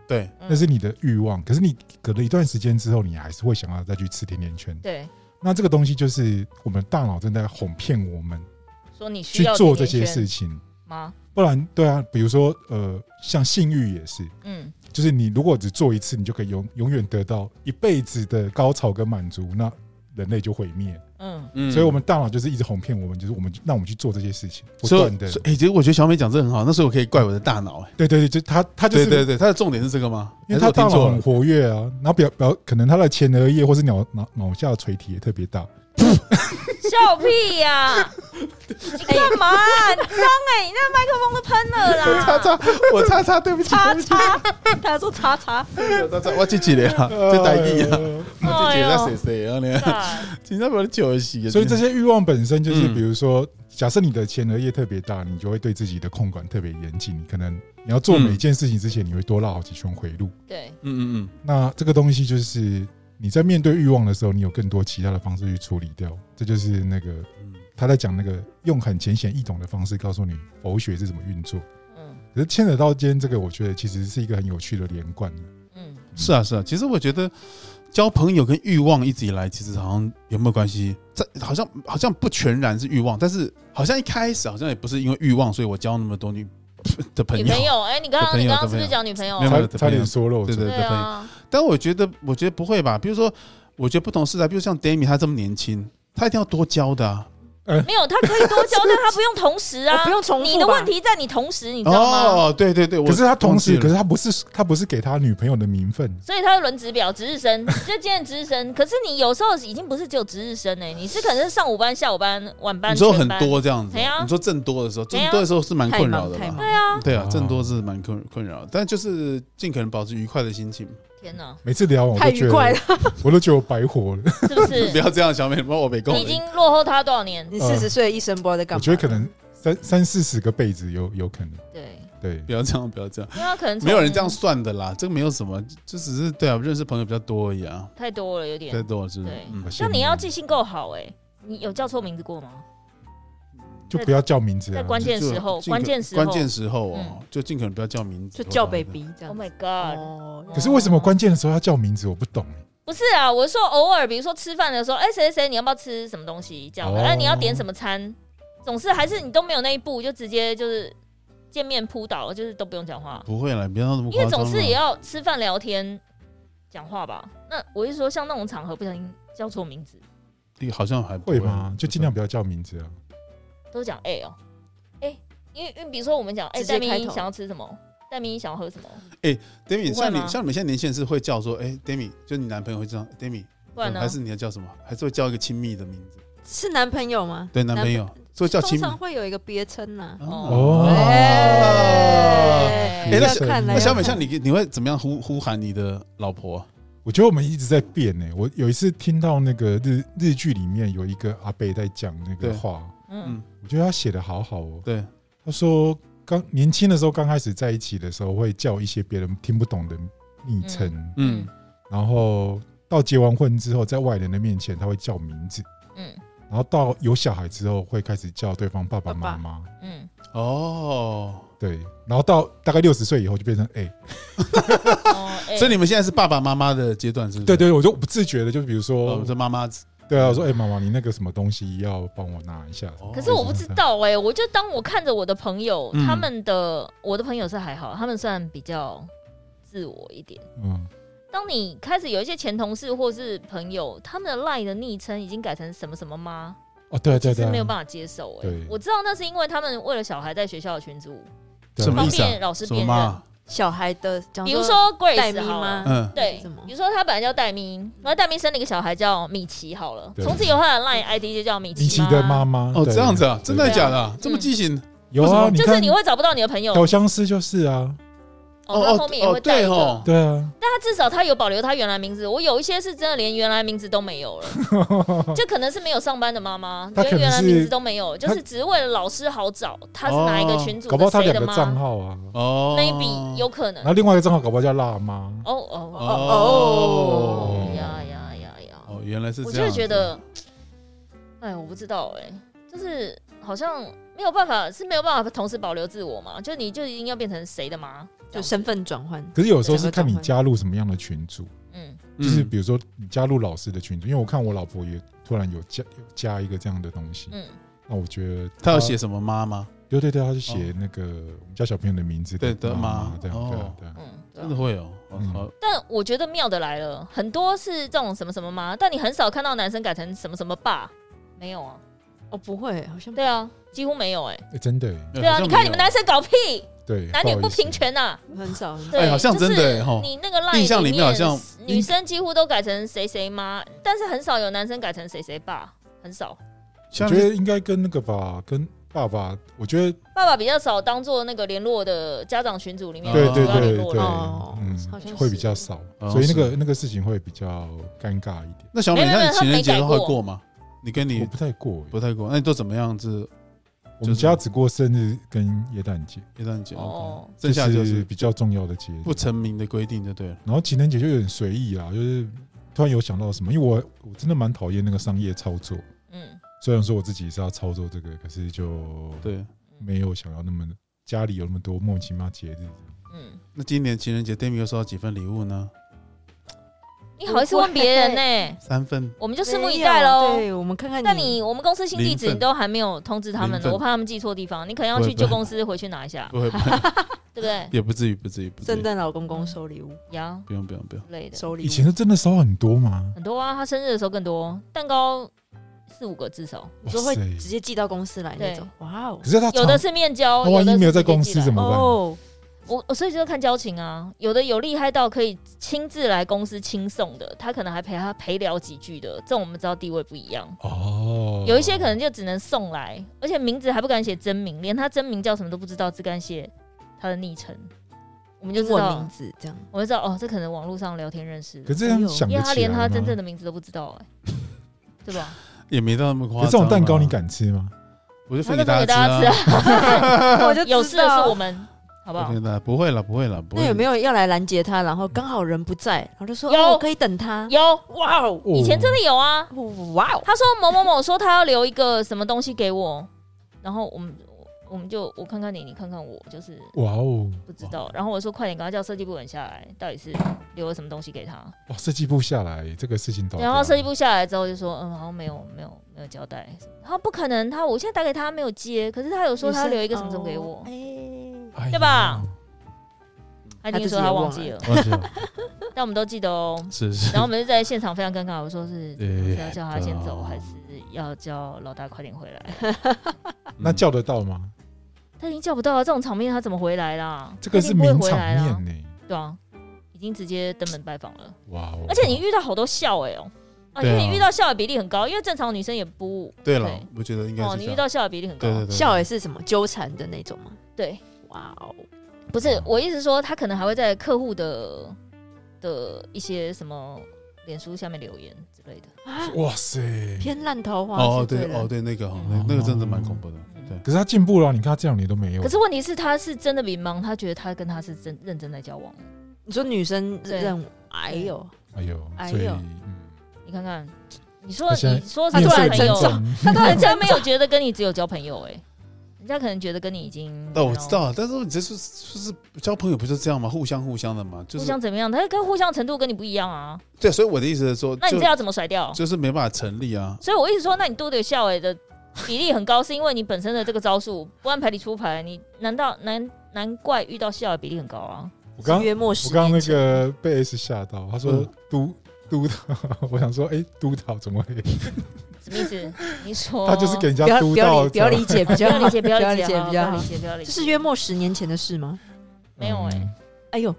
对，
嗯
那是你的欲望。可是你隔了一段时间之后，你还是会想要再去吃甜甜圈。
对，
那这个东西就是我们大脑正在哄骗我们
说你需
去
要
做这些
甜甜圈
事情，
吗？
不然对啊，比如说呃，像性欲也是，
嗯，
就是你如果只做一次，你就可以永永远得到一辈子的高潮跟满足，那人类就毁灭。
嗯，
嗯
所以我们大脑就是一直哄骗我们，就是我们让我们去做这些事情，不
所以
断的。
所以哎，其实我觉得小美讲这很好，那时候我可以怪我的大脑。哎，
对对对，就他他就
对
是
对对，他的重点是这个吗？
因为
还是
他
我
大
听
脑
错
很
了。
活跃啊，然后表表可能他的前额叶或是脑脑脑下垂体也特别大，
笑屁呀！你干嘛啊？很脏哎！你那麦克风都喷了啦！
叉叉，我叉叉，对不 (laughs) 起，
叉叉，他说叉叉，
我我自己的啊，这代意啊，
呃
我自
哎
己在谁谁啊你， (laughs)
对
真的不啊酒席，
所以这些欲望本身就是，
嗯
比如说，假设你的前额叶特别大，你就会对自己的控管特别严谨，你可能你要做
嗯
每件事情之前，你会多绕好几圈回路。
对，
嗯嗯
那这个东西就是你在面对欲望的时候，你有更多其他的方式去处理掉。这就是那个
嗯，
他在讲那个用很浅显易懂的方式告诉你佛学是怎么运作。
嗯
可是牵扯到今天这个，我觉得其实是一个很有趣的连贯。
嗯，
是啊是啊，其实我觉得交朋友跟欲望一直以来其实好像有没有关系？这好像好像不全然是欲望，但是好像一开始好像也不是因为欲望，所以我交那么多女 (laughs) 的朋
女
友，
朋友，哎，你刚
的
刚
朋
你
友
刚刚是
的
不
朋
是
友
讲女朋友
没？
差
有的朋友
差点说漏嘴，
对
对啊，
但我觉得我觉得不会吧？比如说，我觉得不同时代，比如像 Dami 他这么年轻，他一定要多交的啊。
没有，他可以多交，但他不用同时啊，
我哦不用重复吧
你的问题在你同时，你知道吗？
哦，对对对，我
可是他同时，
忘记
可
了
是他不是他不是给他女朋友的名分，
所以他是轮值表值日生，就今天值日生。可是你有时候已经不是只有值日生哎、你是可能是上午班、下午班、晚班、
你说
全
很
班。
多这样子
哎呀，
你说正多的时候，
哎
正
呀
多的时候是蛮
太
困扰
忙
的
太
吧
忙？
对啊，
对啊
哦，
正多是蛮困困扰的，但就是尽可能保持愉快的心情，
天哪，
每次聊完我
太
都觉
愉快
得
了，
我都觉得我白活了。
是不
(laughs) 不
是？
要这样，小美，帮我北
你
贡
已。经落后他多少年？
你四十岁一生不知道在干
我
嘛，
觉得可能三三四十个辈子有有可能，
对，
对
不要这样，不要这样，
因为他可能从
没有人这样算的啦，这个没有什么，就只是对啊，认识朋友比较多而已啊，
太多了，有点
太。多了是不是
对？
嗯
好，羡
那
慕
你要记性够好哎、你有叫错名字过吗？
就不要叫名字
在
啊。
关键时候，
就
关键时候
关键时候哦
嗯，
就尽可能不要叫名字，
就叫 baby 这
，Oh
样。
my God！
哦
可是为什么关键的时候要叫名字？我不懂。
不是啊，我是说偶尔，比如说吃饭的时候，哎、谁谁谁，你要不要吃什么东西？这样的，
哦
哎、你要点什么餐？总是还是你都没有那一步，就直接就是见面扑倒了，就是都不用讲话，
不会啦，你不要那么
因为
夸张啊
总是
啦
也要吃饭聊天讲话吧。那我是说，像那种场合不小心叫错名字，
好像还不
会吗？就尽量
不
不要叫名字啊。
都讲哎哦，哎、因为因为比如说我们讲哎，
直接
戴明
开头
想要吃什么，戴明想要喝什么，
会。Demi，
不会
像
吗
你像你们现在年轻人是会叫说，哎，Demi，就你男朋友会这样，Demi，哎
不然呢
还？是你要叫什么？还是会叫一个亲密的名字？
是男朋友吗？
对，男朋友，所以叫
通
亲密。啊
常会有一个别称啊呐。
哦
哎
哎那
要
小
看
那
来要
小美，
看
像你，你会怎么样呼呼喊你的老婆？
我觉得我们一直在变呢、我有一次听到那个日日剧里面有一个阿贝在讲那
对
个话，
嗯，
我觉得他写的好好哦。
对，
他说刚年轻的时候刚开始在一起的时候会叫一些别人听不懂的昵称，
嗯，
然后到结完婚之后，在外人的面前他会叫名字，
嗯
然后到有小孩之后会开始叫对方爸爸妈妈。
嗯，
哦，
对，然后到大概六十岁以后就变成哎、
哦，哎
所以你们现在是爸爸妈妈的阶段，是不是？
对，对，我就不自觉的，就比如
我
说
们，这妈妈。
对啊，我说哎妈妈，你那个什么东西要帮我拿一下，
哦
可是我不知道哎、我就当我看着我的朋友，
嗯
他们的我的朋友是还好，他们算比较自我一点。
嗯，
当你开始有一些前同事或是朋友，他们的 LINE 的昵称已经改成什么什么妈，
哦对对
其
对
实
啊，
没有办法接受哎、
对
我知道那是因为他们为了小孩在学校的群组，
对啊
什么意
方
思啊
便老师
什
辨
么妈
认。？
小孩的，讲
比如说
戴
Grace
咪
好了
吗？
嗯，
对
什么，
比如说他本来叫戴咪，然后戴咪生了一个小孩叫米奇好了，
对
从此以后他的 LINE ID 就叫米
你
奇
奇的妈妈
哦，
对
这样子啊，真的
对
假的
嗯
啊？这么畸形？
有
为什
啊，
么
你
就是
看
你会找不到你的朋友，
搞相思就是啊，
哦，
哦
他
哦
后面也会
哦
带一
对
个
哦。
对啊，
但他至少他有保留他原来名字，我有一些是真的连原来名字都没有了，
(laughs)
就可能是没有上班的妈妈，
他可能
连原来
是
名字都没有，就是只是为了老师好找，他是哪一个群主
哦搞不
的
好他
谁
两
的
个账
妈，
号啊，
哦，
那一笔有可能
然后。另外一个账号搞不好叫辣妈，
哦哦
哦
哦呀呀呀呀！
哦，原来是
我
这
就
样。
会觉得，哎，我不知道哎，就是好像没有办法，是没有办法同时保留自我嘛，就你就一定要变成谁的妈，
就身份转换，
可是有时候是看你加入什么样的群组，
嗯
嗯，
就是比如说你加入老师的群组，因为我看我老婆也突然有加有加一个这样的东西，
嗯
那我觉得
他要写，什么妈吗？
对对对，他就写那个我们家小朋友的名字，
对的
妈
妈
这样对啊
哦
对啊，
嗯，对啊
真的会哦，我
嗯
操，
但我觉得妙的来了，很多是这种什么什么妈，但你很少看到男生改成什么什么爸，没有啊？
哦，不会，好像
对啊，几乎没有哎、
哎真的耶
对
对啊，你看你们男生搞屁，
对，
男女
哎好意
不
思
平，权呐、
很少。
对，
哎好像真的哎
就是
吼
你那个 line
印象里
里
面好像
女生几乎都改成谁谁妈，但是很少有男生改成谁谁爸，很少。
我
像
觉得应该跟那个吧，跟爸爸，我觉得
爸爸比较少当做那个联络的家长群组里面
对
主
对
要联
对
络
对
了，
哦，好
嗯，
像是
会比较少，
哦
所以那个
是
那个事情会比较尴尬一点，
那小美，
没有没
那
有
你情人节
他
都
没
会
改过
过吗？你跟
我
你
不太过耶，欸
不太过，那你都怎么样子？
我们家只过生日跟耶诞节，
一段节
哦
，OK，剩下
这
就是
比较重要的节日，
不成名的规定就对了。
然后情人节就有点随意啦，就是突然有想到什么，因为我我真的蛮讨厌那个商业操作，
嗯，
虽然说我自己是要操作这个，可是就
对，
没有想要那么家里有那么多莫名其妙节日。
嗯，
那今年情人节 d a m i 又收到几份礼物呢？
你好意思问别人呢、
三份。
我们就拭目以待喽。
对，我们看看
那你我们公司新地
零
址
份
你都还没有通知他们
零
呢，
份
我怕他们寄错地方，你可能要
不会
去旧公司回去拿一下，
不会，不
(laughs)
会
对不对？
也不至于，不至于，不至
圣
于。
诞老公公收礼物，
呀
不用，不用，不用。
之类的，
收礼
以前
物，
是真的收很多吗？
很多啊。他生日的时候更多，蛋糕四五个至少，
哦
你说会
哇塞
直接寄到公司来那种，哇哦
可，是他
有的是面交，
哦那万
有的
一
是
没有在
直接
公
寄
司
来
怎么办？
哦，
我我所以就看交情啊，有的有厉害到可以亲自来公司亲送的，他可能还陪他陪聊几句的，这种我们知道地位不一样。
哦，
有一些可能就只能送来，而且名字还不敢写真名，连他真名叫什么都不知道，只敢写他的昵称，我们就知
英文
道
名，字这样，
我就知道哦，这可能网络上聊天认识
可
的，
是这样想
因为
得
他
起
连
来
他
吗
真正的名字都不知
(laughs)
道、哎，对吧？
也没到那么
可
夸张
是
啊。
这种蛋糕你敢吃吗？
我就
他
分
就
给
分
大
给大
家
家
吃
吃
啊，
啊，
(laughs) 我就
(laughs) 有
知
事的
道
是我们，好不
我
好
分？给大家不会了，不会了，不会。
那有没有要来拦截他？然后刚好人不在，然后就说
有
哦，我可以等他。
有，
哇哦，
以前真的有啊，
哇哦，
他说某某某说他要留一个什么东西给我，然后我们我我们就我看看你，你看看我，就是
哇哦，
不知道。然后我说快点，赶快叫设计部稳下来，到底是留了什么东西给他？
哇，设计部下来这个事情搞，
然后设计部下来之后就说，嗯，好像没有没有没有交代。他不可能，他我现在打给他没有接，可是他有说他要留一个什么什么给我，
哦哎，
哎呀
对吧？他一
他
定
自己
说他
也
忘
忘
记了，
而且
但我们都记得哦。
是是
然后我们就在现场非常尴尬，我说是
对
是要叫他先走，
的
还是要叫老大快点回来？
那叫得到吗？
他已经叫不到啊，这种场面他怎么回来啦？
这个
他
是
一定不会
名
回
场
来啦，
面呢，
对啊，已经直接登门拜访了。
哇哦！
而哎且你遇到好多笑哎、哦、啊，因
对啊
为你遇到笑的比例很高，因为正常女生也不
对了
对，
我觉得应该
哦，
是
你
这
遇
样。
到笑的比例很高
对。对对，
笑也是什么纠缠的那种吗？
对
哇哦，
不是我意思说，他可能还会在客户的的一些什么脸书下面留言之类的。
啊，
哇塞，
偏烂桃花
哦
是
对
了
哦，对那个哦
嗯
那那个真的蛮恐怖的，对
嗯。
可是他进步了，你看他这两年都没有。
可是问题是，他是真的迷茫，他觉得他跟他是真认真在交往。
你说女生
对
任务，哎呦，
哎呦，
哎呦
所以嗯，
你看看，你说
他现在
你说
他
是
面色
交朋
突然
沉
友，
重，
(laughs) 他突然间没有觉得跟你只有交朋友哎、人家可能觉得跟你已经，
但我
you know，
知道，啊但是你这是就是交朋友不就这样吗？互相互相的嘛，就
互
是
相怎么样，他跟互相程度跟你不一样啊。
对，所以我的意思是说，
那你
就
这要怎么甩掉？
就是没办法成立啊。
所以我一直说，那你多的笑哎的比例很高，是因为你本身的这个招数不按牌理出牌，你难道难难怪遇到笑的比例很高啊？
(laughs) 我刚
约莫
我
十
刚刚
年
那
前，
个被 S 吓到，他说
嗯
督督导， (laughs) 我想说，哎，督导怎么会？
什么意思？你
(laughs)
说
他就是给人
不
家
要
督
不要
导，
理不要理解，
哦
比
不
较
要理解，不
不要
要
理
理
解
解，
比
不
较
要
好
理，解，不要理解，
这是约莫十年前的事吗？
没有哎、
嗯
哎呦，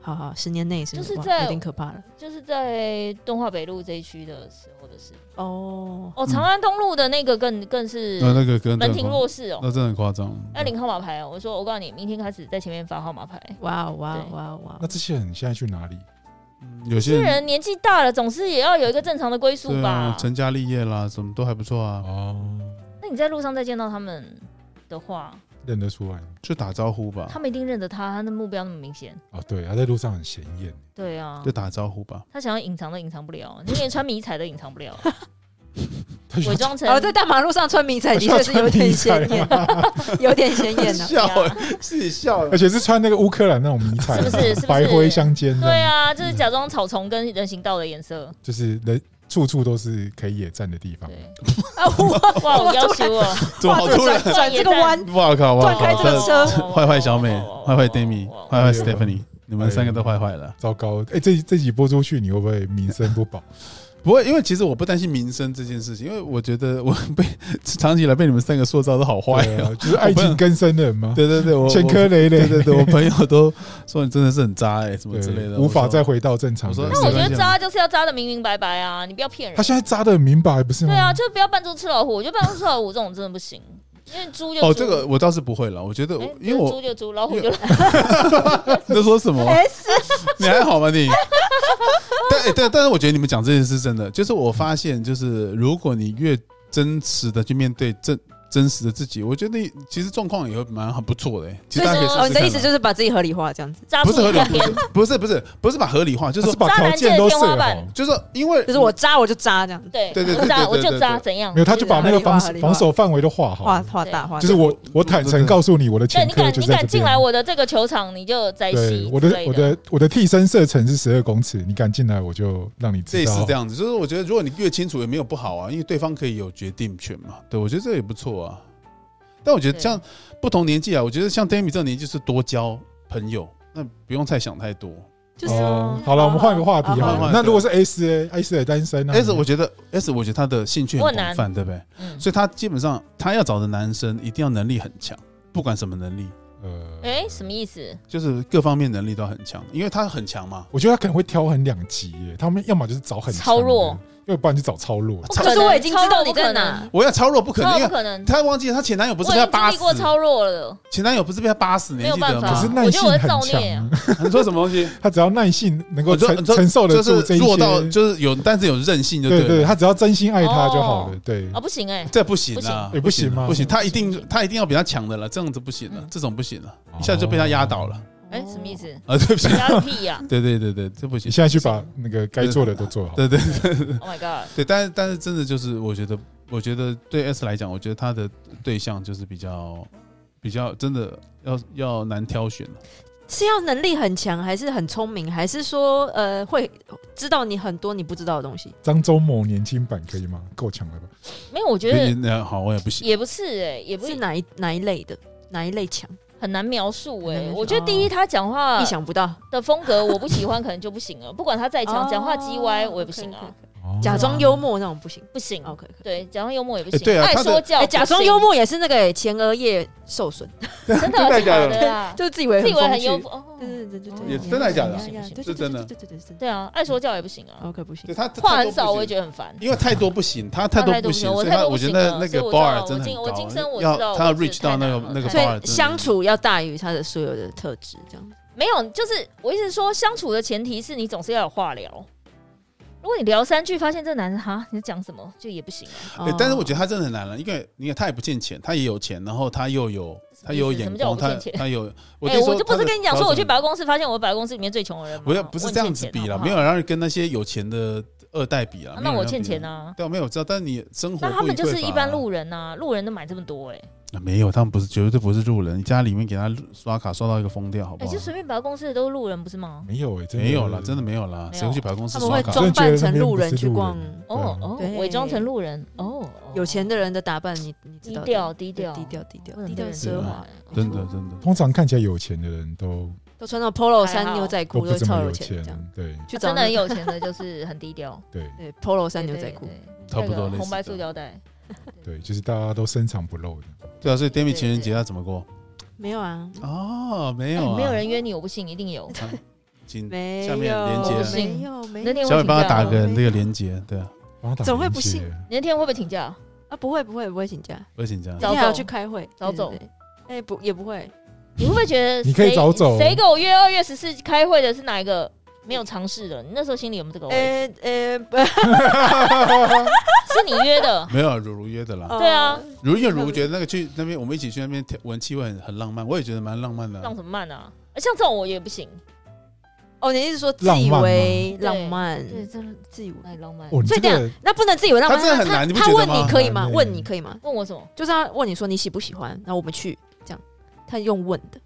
好好，十年内是不是
就是
哇
在
有点可怕了
就是在东华北路这一区的时候的事。
哦。
哦，长安东路的那个更更是
嗯那那个跟
门庭若市哦。
那真的很夸张。
要领号码牌哦！我说我告诉你，明天开始在前面发号码牌。
哇哦哇哦
对
哇哦哇
那
哦！
这些人现在去哪里？
嗯有
这
些
人年纪大了，总是也要有一个正常的归宿
对啊
吧，？
成家立业啦，什么都还不错啊，
哦，
那你在路上再见到他们的
啊
话，
认得出来吗
就打招呼吧
他，们一定认得他，他的目标那么明显。
哦，对，他在路上很显眼。
对啊
就，打招呼吧。
他想要隐藏都隐藏不了，你连穿迷彩都隐藏
(laughs)
不了，
他
伪装
哦
成
然后在大马路上穿迷彩的
需要
确是有
穿迷
点
彩
显眼， (laughs) 有点显眼
(laughs)
呢。
笑
对啊
欸，自己笑欸
而且是穿那个乌克兰那种迷彩，
是不是是不是
白灰相间的，
对，啊，就是假装草丛跟人行道的颜色。
就是人处处都是可以野战的地方。
对，
啊，哇
(laughs)
哇，我啊要
突然
求我
嗯怎么好突然？
转这个弯，
(laughs) 哇靠！哇
断开
靠！
这个
真
车
的 (laughs) 坏坏小
哦
美，坏坏 Demi，坏坏 Stephanie，你们三个都坏坏了。
糟糕，哎、这这集播出去，你会不会名声不保？
不会，因为其实我不担心民生这件事情，因为我觉得我被 (laughs) 长期以来被你们三个塑造的好坏
对
哦。
啊，就是爱情跟生人嘛，
对对对，我
前啊科
我
累累，
对对对，我朋友都说你真的是很渣哎，什么
对
之类的，
无法
我说
再回到正常
我
的。
说
那我觉
没关
得
系啊
扎就是要扎的明明白白啊，你不要骗人
他。现在扎的很明白，不是吗？
对啊，，就不要扮猪吃老虎，我觉得扮猪吃老虎这种真的不行，因为猪就
哦，
猪
这个我倒是不会了。我觉得
哎，
因为我
猪就猪，老虎就老虎。
(laughs) 你在说什么？
S
你还好吗你？ (laughs) 但哎但但是我觉得你们讲这件事真的，就是我发现，就是如果你越真实的去面对真真实的自己，我觉得你其实状况也会蛮很不错的、欸。其实大家可以试试看啊啊
哦，你的意思就是把自己合理化这样子，
扎
不
出
是合
一
理
片
化，不是不是不是不是把合理化，就是
就
说
是把条件都设
渣男界的天花
好
板。
就是说因为
啊就是我扎我就扎这样，
对
对对
我扎
对对
我
对
就
对
扎，
对
怎样？
没有，他就把那个
合理化
防
合理化
防守范围都画
哦
好
画
了，
画大
对
画大，
就是我我坦诚告诉你我的
对
前
你
科
敢
就
你
在
敢
这
进来
边。
我的这个球场，你就栽
对
戏，
我
之
的
类
我的我的替身射程是十二公尺，你敢进来我就让你知
类似
道
这。样子，就是我觉得如果你越清楚也没有不好啊，因为对方可以有决定权嘛。对我觉得这也不错啊。但我觉得像不同年纪啊，我觉得像 Demi 这个年纪是多交朋友，那不用太想太多。
就是哦
哦好了，我们换个话题
好
好
换
了。
一个
那如果是 S A S A 单身啊呢
S，我觉得 S，我觉得他的兴趣
我
很
很
广
难
泛，对不对？
嗯，
所以他基本上他要找的男生一定要能力很强，不管什么能力，
呃，
哎，什么意思？
就是各方面能力都很强，因为他很强嘛。
我觉得他可能会挑很两极耶，他们要么就是找很强的
超弱，
要不然就找超弱的。
不可
就
能
是我已经知道你
超弱不
在
可能
哪，
我要超弱不可能，
超
因
不
为
可能，
他忘记了他前男友不是
我
啊被他扒
已经经
死
历，过超弱了，
前男友不是被他扒死，你
没有
记啊得
办
可
法
是
吗？
耐性
我觉
很
得我造孽
强，
你说什么东西？
(laughs) 他只要耐性能够
我说
承
哦你说
承受得
就是
住这一
弱到
些，
就是有，但是有韧性就
对
了。
对，他只要真心爱他就好了
哦。
对，
啊，不行哎，
这不行啊，
不行也不行吗
不行，他一定他一定要比他强的了，这样子不行了
嗯，
这种不行了，一下就被他压倒了。
哎，什么意？思？
啊，对不
(laughs)
起，
压个屁呀
对对对对，这不行
你。现在去把那个该做的都做好。
对对
！Oh my god！
对，但是但是真的就是，我觉得我觉得对 S 来讲，我觉得他的对象就是比较比较真的要要难挑选了。
是要能力很强，还是很聪明，还是说呃会知道你很多你不知道的东西？
张周某年轻版可以吗？够强了吧？
没有，我觉
比
得
你那呃好，我也不行。
也不是哎，也不
是哪一哪一类的？哪一类强？
很难描述
很难
哎。
描述
我觉得第一，他讲话
意想不到，
的风格我不喜欢，可能就不行了。不管他再强，
哦
哎讲话叽歪我也不行
可以
啊，
假
哦
装幽默那种不行。
不行。
OK，可以
对，假装幽默也不
哎对
行，
啊
爱
他的
说教
哎，
不行，
假装幽默也是那个哎前额叶受损，
真
(laughs)
的假的啦？
就是自嗯以为
自以为
风
很
趣
幽默，哦
对对对对对，
也
对
真的假的
呀呀呀对
是真的
对对对对对对
对啊，爱说教也不行啊，
，OK 不行
对。他他
话
太
很
多
少
不
我也
行
觉得很烦。
因为太多不行，他太多
太多
不
不
行，
行我
所以
太
他
多
我
不
觉
行
得
了
那
所
个
以我
bar
知道
真的
我
很
进
高，
我晋升我
要
知道
他要
我是
reach 到那个
太难了
那个
所
bar，
以相处要大于他的所有的特质，这样。
没有，就是我一直说相处的前提是你总是要有话聊。如果你聊三句，发现这男人哈你在讲什么，就也不行啊。
哎、但是我觉得
得
他真的很难了，因为你看他也不见钱，他也有钱，然后他又有他又有
什
眼
么叫
光，
我不
他
见钱
他有我
哎、
就说
我就不
他的
是跟你讲说，
标
我去
准
百货公司，发现我百货公司里面最穷的人吗？
不是不是这样子比
了，
了，没有让人跟那些有钱的二代比了、
啊那
没有
我
人
欠
比
钱。啊。
对，没有我知道，但你生活
那他
不
们
予
就是
匮乏
一
啊
般路人啊，路人都买这么多哎、
啊没有，他们不是绝对不是路人，你家里面给他刷卡刷到一个疯掉，好不
哎、
好？
就随便百货公司的都是路人不是吗？
没有哎，真的
没有啦，真的没有啦，
没有
谁会去百货公司
他们
刷
会
卡？
真的觉
装
得
扮成
那边
路
不是
人去
路
逛
啊
哦哦
对，
伪装成路人哦，哦
有钱的人的打扮，你你知
低
道的
调低
对
调
低调低调
不能
低调
被人
啊
奢
知道
华，
真的真的，
通常看起来有钱的人都
都穿那种 polo
还
衫、
好
牛仔
都
裤，
不
都
怎
超
么
有
有
钱这样。
钱，对
去找
啊真的
那
很
个
有钱的，就是很低
(laughs)
调，
对
对 polo 衫、牛
对
仔
对
裤，
对
(laughs) 差不多类似
那个红白
这
塑
样
胶袋，
对，就是大家都深藏不露的。
对啊，所以 d a m i
对
情人
对
节他怎么过？
没有啊，
哦，没
哎
有啊，
没有人约你，我不信，一定
(laughs)
有。
啊。请
没有，
下面连接
我不信
没有没
那
有
天
小
会
伟
请
帮他
假
打
吗，
个那个连接，对啊，
帮他打
怎么会
连
不信
结
你那天会不会请假？
啊，不会不会不会请假，
不请假。
早
今天还要
走
去开会，
早
对
走。
对对哎，不也不会，
你会不会觉得
你可以
谁
早走
谁给我约二月十四开会的是哪一个没有尝试的？你那时候心里有没有这个位置？
呃呃，不
是你约
(laughs)
的
(laughs) 没有啊如如约的
哦
啦，
对啊，
如因为如如觉得那个去那边，我们一起去那边闻气味很很浪漫，我也觉得蛮浪漫的啊
让。什么慢啊？像这种我也不行，
哦，你意思说自
浪漫
以
吗
为浪漫，
对，真的
自以为
太浪漫。
哦，你这
所以这样
个
那不能自以为浪漫，
他真的很难你不
他
觉得
问
吗
你可以吗？
很难欸
问你可以吗？
问我什么？
就是他问你说你喜不喜欢，然后我们去这样，他用问的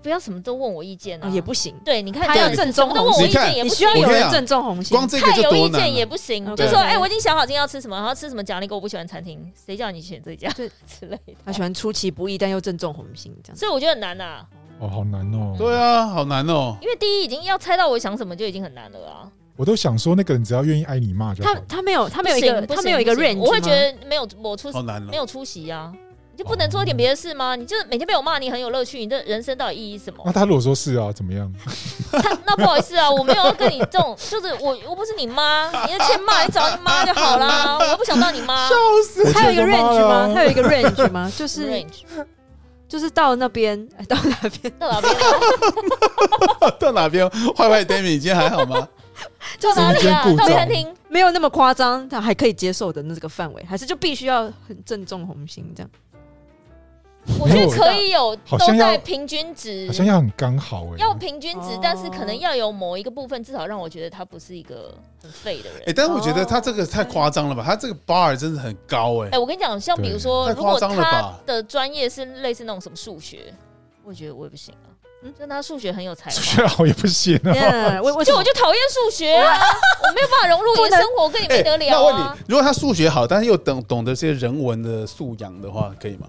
不要什么都问我意见
啊
啊，
也不行，
对，你看
他
这
要
样
正宗哦
什么都
红
问我
心
意见也
你
不
需
行
要。有
我跟你
人
讲
正中红心
光。这个
太
就
有
多
意
难啊
见也
了。
不行，
OK
就说哎，我已经想好今天要吃什么，然后吃什么奖励给我不喜欢餐厅，谁叫你选这家
对
之类
他
的，
喜欢出其不意但又正中红心这样子。
所以我觉得很难呐。
哦，好难哦。
对啊，好难哦。
因为第一已经要猜到我想什么就已经很难了啊。
我都想说，那个人只要愿意挨你骂就好
他
了。
他没有他没有一个
不行不行
他没有一个
不行
range，
我会觉
吗
得没有我出
好难了
没。有出席啊，你就不能做一点别的事吗？你就是每天被我骂，你很有乐趣，你的人生到底意义是什么
(laughs)
那？他如果说是啊，怎么样？
他那不好意思啊，我没有要跟你这种， (laughs) 就是我我不是你妈，你要欠骂，你找你妈就好
(laughs)
啦，我又不想当你妈。
他有一个
我觉得他妈
range
的
吗？他有一个 range 吗？就
(laughs)
是
range
就是到那边，哎，到那边
到哪边啊？
(laughs) 到哪边？坏坏 d a m i 你今天还好
(laughs)
吗？
到哪里啊
(laughs)
中间？故
到
障
餐厅？
没有那么夸张，他还可以接受的那个范围，还是就必须要很正中红心
(laughs)
这样。
我觉得可以有
好
都
像要
在平均值
好，像要很刚好哎。
要平均值
哦，
但是可能要有某一个部分，至少让我觉得他不是一个很废的人
哎、。但是我觉得他这个太夸张了吧？他这个 bar 真的很高哎、
哎、我跟你讲，像比如说，
对
如果
太夸张了
他
吧
的专业是类似那种什么数学，我觉得我也不行啊。
嗯
就他数学很有才
数
华，
学好也不行啊。
Yeah，我我，
就我就讨厌数学啊，我没有办法融入你的生活，跟你没得
哎那
聊
问
啊
你。，如果他数学好，但是又懂懂得这些人文的素养的话，可以吗？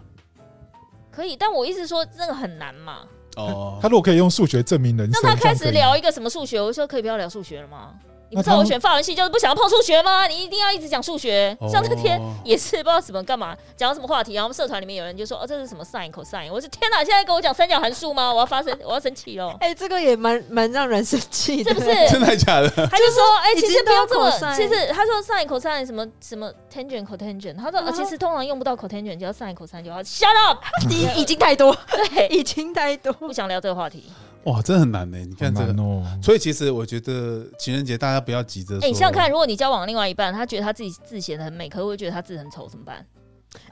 可以，但我一直说这个很难嘛，
哦
他，如果可以用数学证明人生，
让他开
这样可
始
以
聊一个什么数学，我就说可以不要聊数学了吗？你不
那
知道
他
我选法文系就是不想要碰数学吗？你一定要一直讲数学。像那天
哦
也是不知道什么干嘛讲到什么话题，然后我们社团里面有人就说哦这是什么 sin cosine，我说天哪，现在跟我讲三角函数吗？我要发生我要生气
(laughs)
喽
哎、这个也蛮蛮让人生气的，
是不
(laughs)
是？
(laughs) 真的假的？
他就说哎、
已
其实
经
不
都要
用这么，
cosine
其实他说 sin cosine 什么什么 tangent cotangent，他说、呃
啊
其实通常用不到 cotangent，只要 sin cosine 就好。Shut up，
你
(laughs)
已经太多，
(laughs) 对，
已经太多。
不想聊这个话题。
哇，真的很难呢。你
好
看这个
难，哦。
所以其实我觉得情人节大家不要急着说。
哎、你想想看，如果你交往另外一半，他觉得他自己字写的很美，可是会觉得他字很丑，怎么办？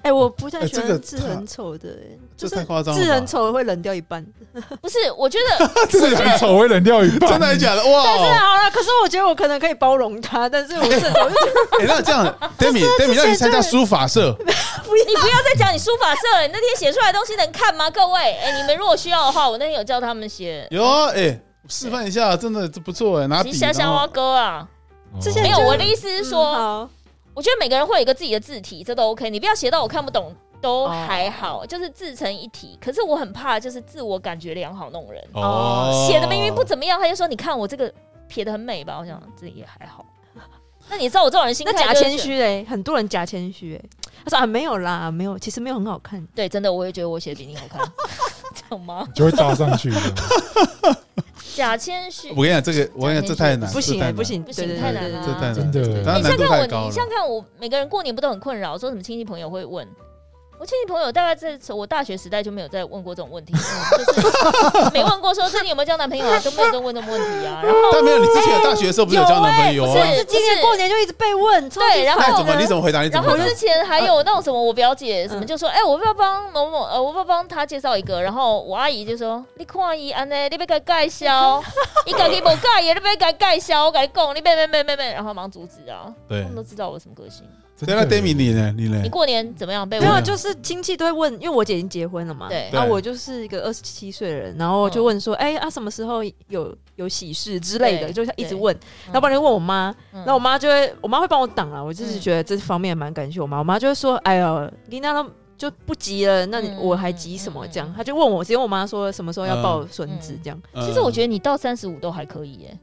哎、我不太
哎
喜
这个
欢字
太
很丑的、哎
这
就是
太夸张了吧，
字很丑的会冷掉一
哦
半。
不是，我觉得
这很丑，会冷掉一半。
真的假的？
但是
啊
哇！
好了，可是我觉得我可能可以包容他，但是我
(laughs)
是我就觉
哎，那这样，Demi，Demi 让你参加书法
(laughs)
社，
你不要再讲你书法社了，你那天写出来的东西能看吗？各位，哎、你们如果需要的话，我那天有叫他们写。
有啊，哎，示范一下，真的这不错哎，拿
其
笔
实虾虾
然后
蛙哥啊，
哦
之前
没有
就
我的意思
得
是说，
嗯好
我觉得每个人会有一个自己的字体，这都 OK。你不要写到我看不懂，都还好，
哦
就是自成一体。可是我很怕就是自我感觉良好那种人，
哦，
写的明明不怎么样，他就说你看我这个撇的很美吧？我想这也还好。 (laughs) 那你知道我这种人心态
那假
就是
谦，虚哎，很多人假谦虚哎，他说啊没有啦，没有，其实没有很好看。
对，真的我也觉得我写的比你好看， (laughs) 懂吗？
就会搭上去的。
假谦虚
我，跟你讲，这个我跟你讲，这太难，
不行
啊这太
哎，
难
不，行，
不
对
行
对
太
对
难
对
了
对
这太难，
真的
它
你
难
像
度
看我，
太高
你
了。
像看我，每个人过年不都很困扰，说什么亲戚朋友会问。我亲戚朋友大概在我大学时代就没有再问过这种问 (laughs) 题，嗯就是没问过说最近有没有交男朋友啊，都没有再问这种问题啊。然后
但没有，你之前有大学的时候不是有交男朋友
(laughs) 有
啊
哎？
是今年过年就一直被问，超级
对然后
烦
那
的
怎么你怎么回答？你怎
然
么
后
回答
之？前还有那种什么，我表姐什么就说，哎、我要不要帮某某呃，我要不要帮她介绍一个？然后我阿姨就说，你看伊安呢，你别给介绍，你家己无介意，你别给介绍，我跟你讲，你别别别别别，然后忙阻止啊，
对
他们，都知道我什么个性。
真
对，
的
那 Demi 你呢？你呢
你？过年怎么样？ (laughs) 被
没
问
有，就是亲戚都会问，因为我姐已经结婚了嘛。
对嗯
然后
对
我就是一个二十七岁的人，然后就问说，哎、啊，什么时候有有喜事之类的，
对
就是一直
对
问。然后不然就问我妈，
嗯
然后我妈就会，我妈会帮我挡啊。我就是
嗯
觉得这方面蛮感谢我妈，我妈就会说，哎呦，你那都就不急了，那你
嗯
我还急什么？
嗯嗯
这样，她就问我，直接问我妈说什么时候要抱孙子
嗯
这样。
其实我觉
得
得你到三十五都还可以耶、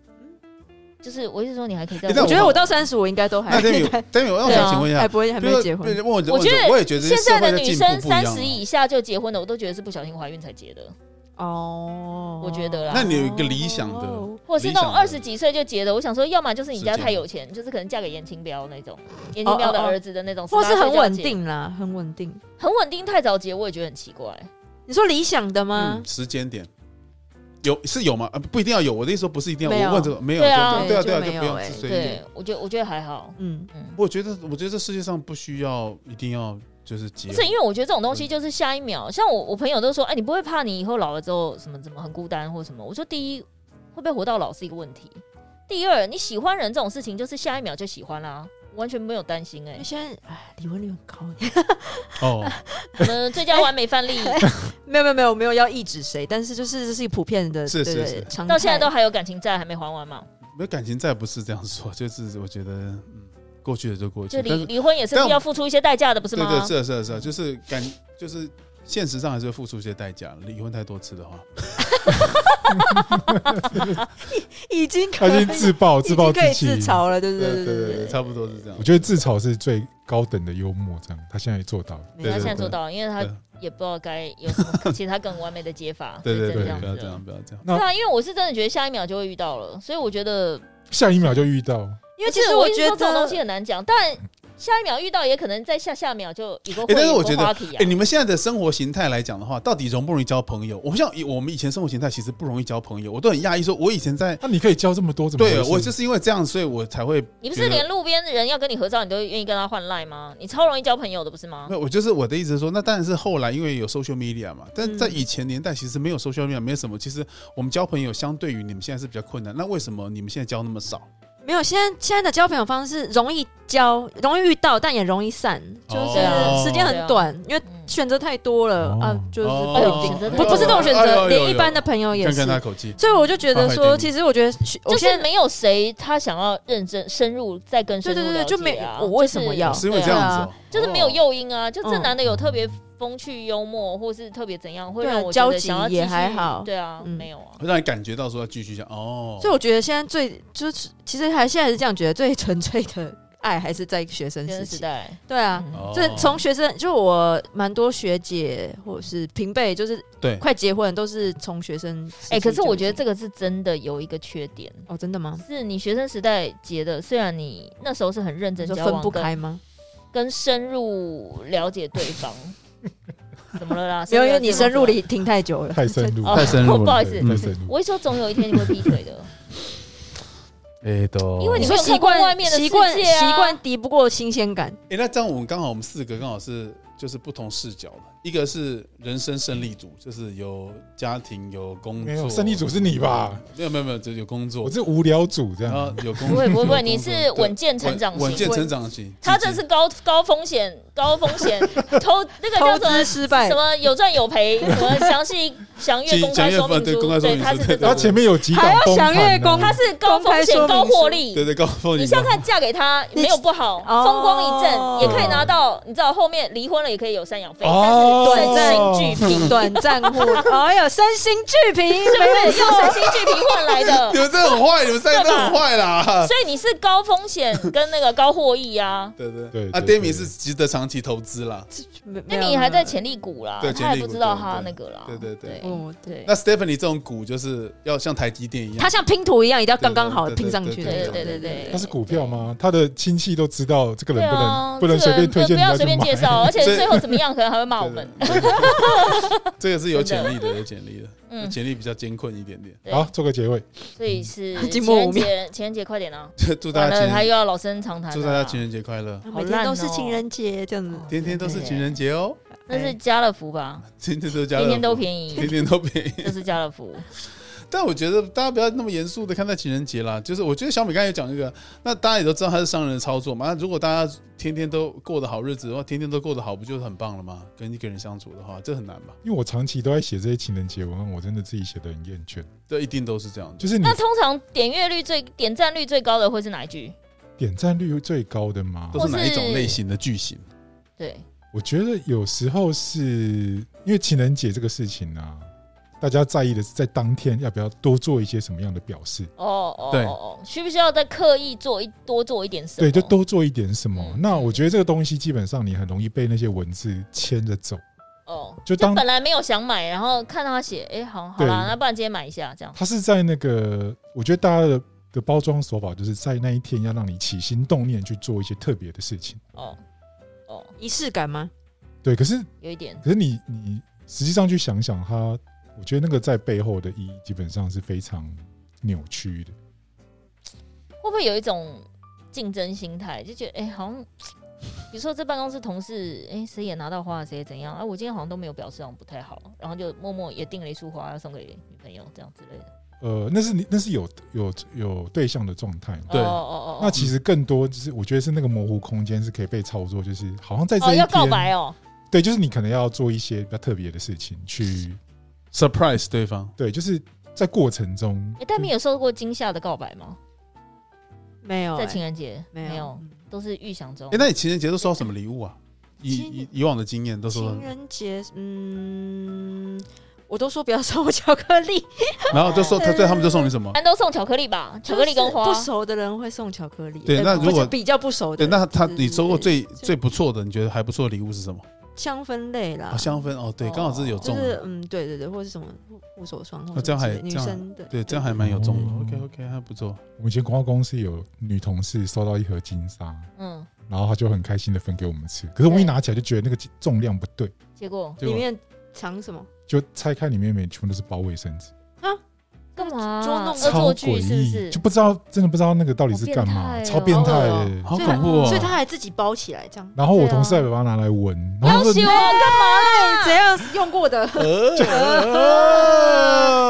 就是我一直说你还可以再
哎但
我
问。
觉得我到三十，我应该都
那
还 (laughs)
Demi，Demi，我
对啊
想请问一下
还，不会还
比如
没
说
结婚
比。如说问
我觉得
我也觉得
现在的
社会
女
进步
生
不一样啊
三十以下就结婚的，我都觉得是不小心怀孕才结的，
哦，
我觉得
啊
啦
那你有一个理想的
哦
或是那种
理想的
二十几岁就结的。我想说，要么就是你家
是这样
太有钱，就是可能嫁给严清标那种，严清标的
哦哦哦
儿子的那种，
或
18
是
岁
很
就要
稳
结，
定啦，很稳定。
很稳定，太早结我也觉得很奇怪。
你说理想的吗
嗯，？时间点有是有吗？啊，不一定要有。我的意思说不是一定
没
要。
有
我问这个没有，
对啊
就对啊，对啊，
就
就
没有
不用
哎
是随
对
便。，
我觉得我觉得还好，
嗯，
嗯。
我觉得，我觉得这世界上不需要一定要就是结
不
婚。
是因为我觉得这种
嗯
东西就是下一秒，像我我朋友都说，哎、你不会怕你以后老了之后什么怎么很孤单或什么？我说第一，会不会活到老是一个问题；第二，你喜欢人这种事情就是下一秒就喜欢啦，完全没有担心哎、
因为现在哎离婚率很高，
哦，
我们最佳完美范例
(laughs) 没有没有没有没有要抑制谁，但是就是这是一普遍的，
是
对
是
对
是
常态
到现在都还有感情债还没还
(laughs)
完嘛？
没有感情债不是这样说，就是我觉得，嗯，过去的就过去
就。
但
离
是
离婚也是
但
要付出一些代价的，不是
对
吗？
对，是的是的是的，就是感就是现实上还是会付出一些代价。离婚太多次的话，
已经
他
可
已
以
经自暴
(laughs) 已
自暴
经可以
弃
自。嘲了，对对对对
差不多是这样
我。觉得自嘲是最高等的幽默，这样他现在也做到了。
对
对
他
对
现在
对
做到了，因为他
对
也不知道该有什么其他更完美的解法，
(laughs) 对对
所
对
以只能，
不
这
要
样
这
子了
样，。不要这样。
对啊，因为我是真的觉得下一秒就会遇到了，所以我觉得
下一秒就遇到，
因
而
为其
且
实
我一直
觉
说这种东
得
西很难讲，但下一秒遇到，也可能在下下秒就一个
欸
会，
但是我觉得
花题
哎、
啊。
你们现在的生活形态来讲的话，到底容不容易交朋友？我不像以我们以前生活形态，其实不容易交朋友。我都很讶异，说我以前在
那你可以教这么多，怎么
对
回事
我就是因为这样，所以我才会
你不
觉
是
得
连路边的人要跟你合照，你都愿意跟他换赖吗？你超容易交朋友的，不是吗
没？有，我就是我的意思是说，那当然是后来因为有 social media 嘛，但
嗯
在以前年代其实没有 social media，没有什么。其实我们交朋友相对于你们现在是比较困难。那为什么你们现在交那么少？
没有现在现在的交朋友方式容易交，容易遇到，但也容易散，就是
啊
哦
时间很短，因为
嗯
选择太多了
哦
啊，就是
哦
不一
选择太
定，不
多
不是这种选
哎呦哎呦
择，
哎呦
连一般的朋哦友也
看看
是。
他口气，
所以我就觉得
好好
说，
一点
其实我觉得我
就
现
是
在
没有谁他想要认真深入再更深入
对
了
对
解啊
对就没我
就是啊
为什么要
是因为这样子、哦
对
就是没有诱因啊，就这
嗯
男的有特别风趣幽默，或是特别怎样，会
对啊
让我
交
觉得
集
想要
也
继续
还好
对啊，
嗯
没有啊，
会让你感觉到说要继续讲哦。
所以我觉得现在最就是，其实还现在是这样觉得，最纯粹的爱还是在学生
学
时
生时
期。
代，嗯
对啊，
哦
这从学生就我蛮多学姐或者是平辈，就是
对
快结婚都是从学生时期就已经。
哎、可是我觉得这个是真的有一个缺点，
哦，真的吗？
是你学生时代结的，虽然你那时候是很认
你
真
说
交
分
往，
不
跟
开吗？
跟深入了解对
(laughs)
方。怎么了啦？
没有，因为你深入
了
里停太久了。
太深入， (laughs)
哦
太深入了
不好意
对
思，
嗯
太深入。
我一说总有一天你会劈腿
(laughs)
的，
哎都
因为你
说
没有
习
看过
惯
外面的
习惯
世界啊
习惯敌不过新鲜感，
哎、那这样我们刚好我们四个刚好是就是不同视角的，一个是人生胜利组，就是有家庭有工作，
没有胜利组是你吧？
没有没有没有，就有工作
我，是无聊组这
然后
样，
有工
不会不会
有工
不
作
会，你是稳健成长
对稳稳健
型，
成长型，
他这是高高风险高风
(laughs)
险投那个
投
叫什么
资？失败
什。么有赚有赔，什么详细详阅
请
公开
详阅
说明
对
书，
公开说明书
他是这
对
然后
种，
前面有几档崩
还要详阅
盘
公
啊，
他是高风险高获
积极
利
(laughs)
对，对高峰，
你像看嫁给他
你
没有不好，
哦
风光一阵也可以拿到，你知道后面离婚了也可以有赡养费，
哦
但是身心俱 (laughs) 疲，
短暂获，哎呦，身心俱疲，
是不
没有
是用身心俱疲换
(laughs)
来的
你？们真的很坏，你们三个都很坏啦。，
所以你是高风险跟那个高获益啊
对对
对
啊
对对
，Demi 是值得长期投资啦。
没有
那你还在潜力股啦
对，
他还
潜力
不
股
知道
对
他
对
那个啦，
对对对
哦，对，
对
那 Stephanie 这种股就是要像台积电一
它
样，
像拼图一样，一定要刚刚好
对对对
拼上去的那种。
对对对对对
他是股票吗？他的亲戚都知道这个
对
人不
啊
能，不能随便推荐
不
人
要
家去
随便介
买。
绍，而且
所以
最后怎么样可能还会骂我
对
们。
对对这个是有
真
潜
的
力的，有潜力的，
嗯，
潜力比较艰困一点点。
对
好，，做个结尾，
所以
(laughs)
是
静
情
默无
人
妙
节，情人节快点啊！
祝大
完
家
了，
情
他
人，
又要老生常谈了啊。
祝大家情人节快乐，
好
每
烂
天
哦
都是情人节这样子，
天天都是情人节哦，
那是家乐福吧？
天天都加，
天天都
宜，
便
(laughs)
宜，
天天都便宜。
这是家乐福。
但我觉得大家不要那么严肃的看待情人节啦，就是我觉得小美刚才有讲这个，那大家也都知道它是商人的操作嘛。那如果大家天天都过得好日子的话，天天都过得好，不就是很棒了吗？跟一个人相处的话，这很难吧？
因为我长期都在写这些情人节文案，我真的自己写的很厌倦。
这一定都是这样
就
子。
是你
那通常点阅率最、点赞率最高的会是哪一句？
点赞率最高的吗？
都是哪一种类型的剧情？
对，
我觉得有时候是因为情人节这个事情啊，大家在意的是在当天要不要多做一些什么样的表示，
哦哦
对
哦哦，需不需要再刻意做一多做一点什么？
对，就多做一点什么。
嗯
那我觉得这个东西基本上你很容易被那些文字牵着走，
哦，
就当
本来没有想买，然后看到他写，哎、好好啦，
对
那不然今天买一下这样。
它是在那个，我觉得大家的的包装手法就是在那一天要让你起心动念去做一些特别的事情，
哦哦，
仪式感吗？
对。可是
有一点，
可是你你实际上去想想它，我觉得那个在背后的意义基本上是非常扭曲的。
会不会有一种竞争心态？就觉得哎、诶好像。比如说，这办公室同事，哎、谁也拿到花，谁也怎样啊？我今天好像都没有表示，好像不太好，然后就默默也订了一束花，要送给女朋友，这样之类的。
呃，那是你那是有有有对象的状态嘛。
对
哦哦
那
哦
其实更多就是，我觉得是那个模糊空间是可以被操作，就是好像在
哦，
这
哦，
一
要告白
天，
哦，
对，就是你可能要做一些比较特别的事情
(laughs)
去，
surprise 对方，
对，就是在过程中
哎、，
嗯
但你有受过惊吓的告白吗？
没有，
在
哎
情人节
没有。
都是预想中
哎、。那你情人节都收到什么礼物啊？以
情
以以往的经验都收到
情，人节，嗯，我都说不要送我巧克 (laughs) 力，
然后就说他对他们就送你什么？
咱都送巧克力吧，巧克力跟花
就是不。熟的人会送巧克力。
对
呃
那如果
或者比较不熟的，
对，那他
对
你收过最
对
最不错的，你觉得还不错的礼物是什么？
香氛类啦
哦，，香氛哦，对，
哦
刚好是有
啊就
中
是
的，
嗯，对对对，或是什么护护手霜，或
哦这样
什么
还
之类
这
女
样
生的，
对，这样还蛮有中
哦
的。OK 嗯 OK，还不错。
我们以前广告公司有女同事收到一盒金沙，
嗯，
然后她就很开心的分给我们吃，可是我一拿起来就觉得那个重量不对，
结果
结
里
果
面藏什么？
就拆开里面每全部都是包卫生纸，
嗯干嘛？
捉弄
恶
超
作
诡
剧是不
异，
是
就？不知道真的不知道那个到底是干
好
嘛，
变态哦
超变态的、
好
好恶所以他
恐怖哦！
所以他还自己包起来这样。
然后我同事
对
还
啊
把它拿来闻，然
要
后
求
就
啊，干嘛
怎
啦？
样用过的？
呃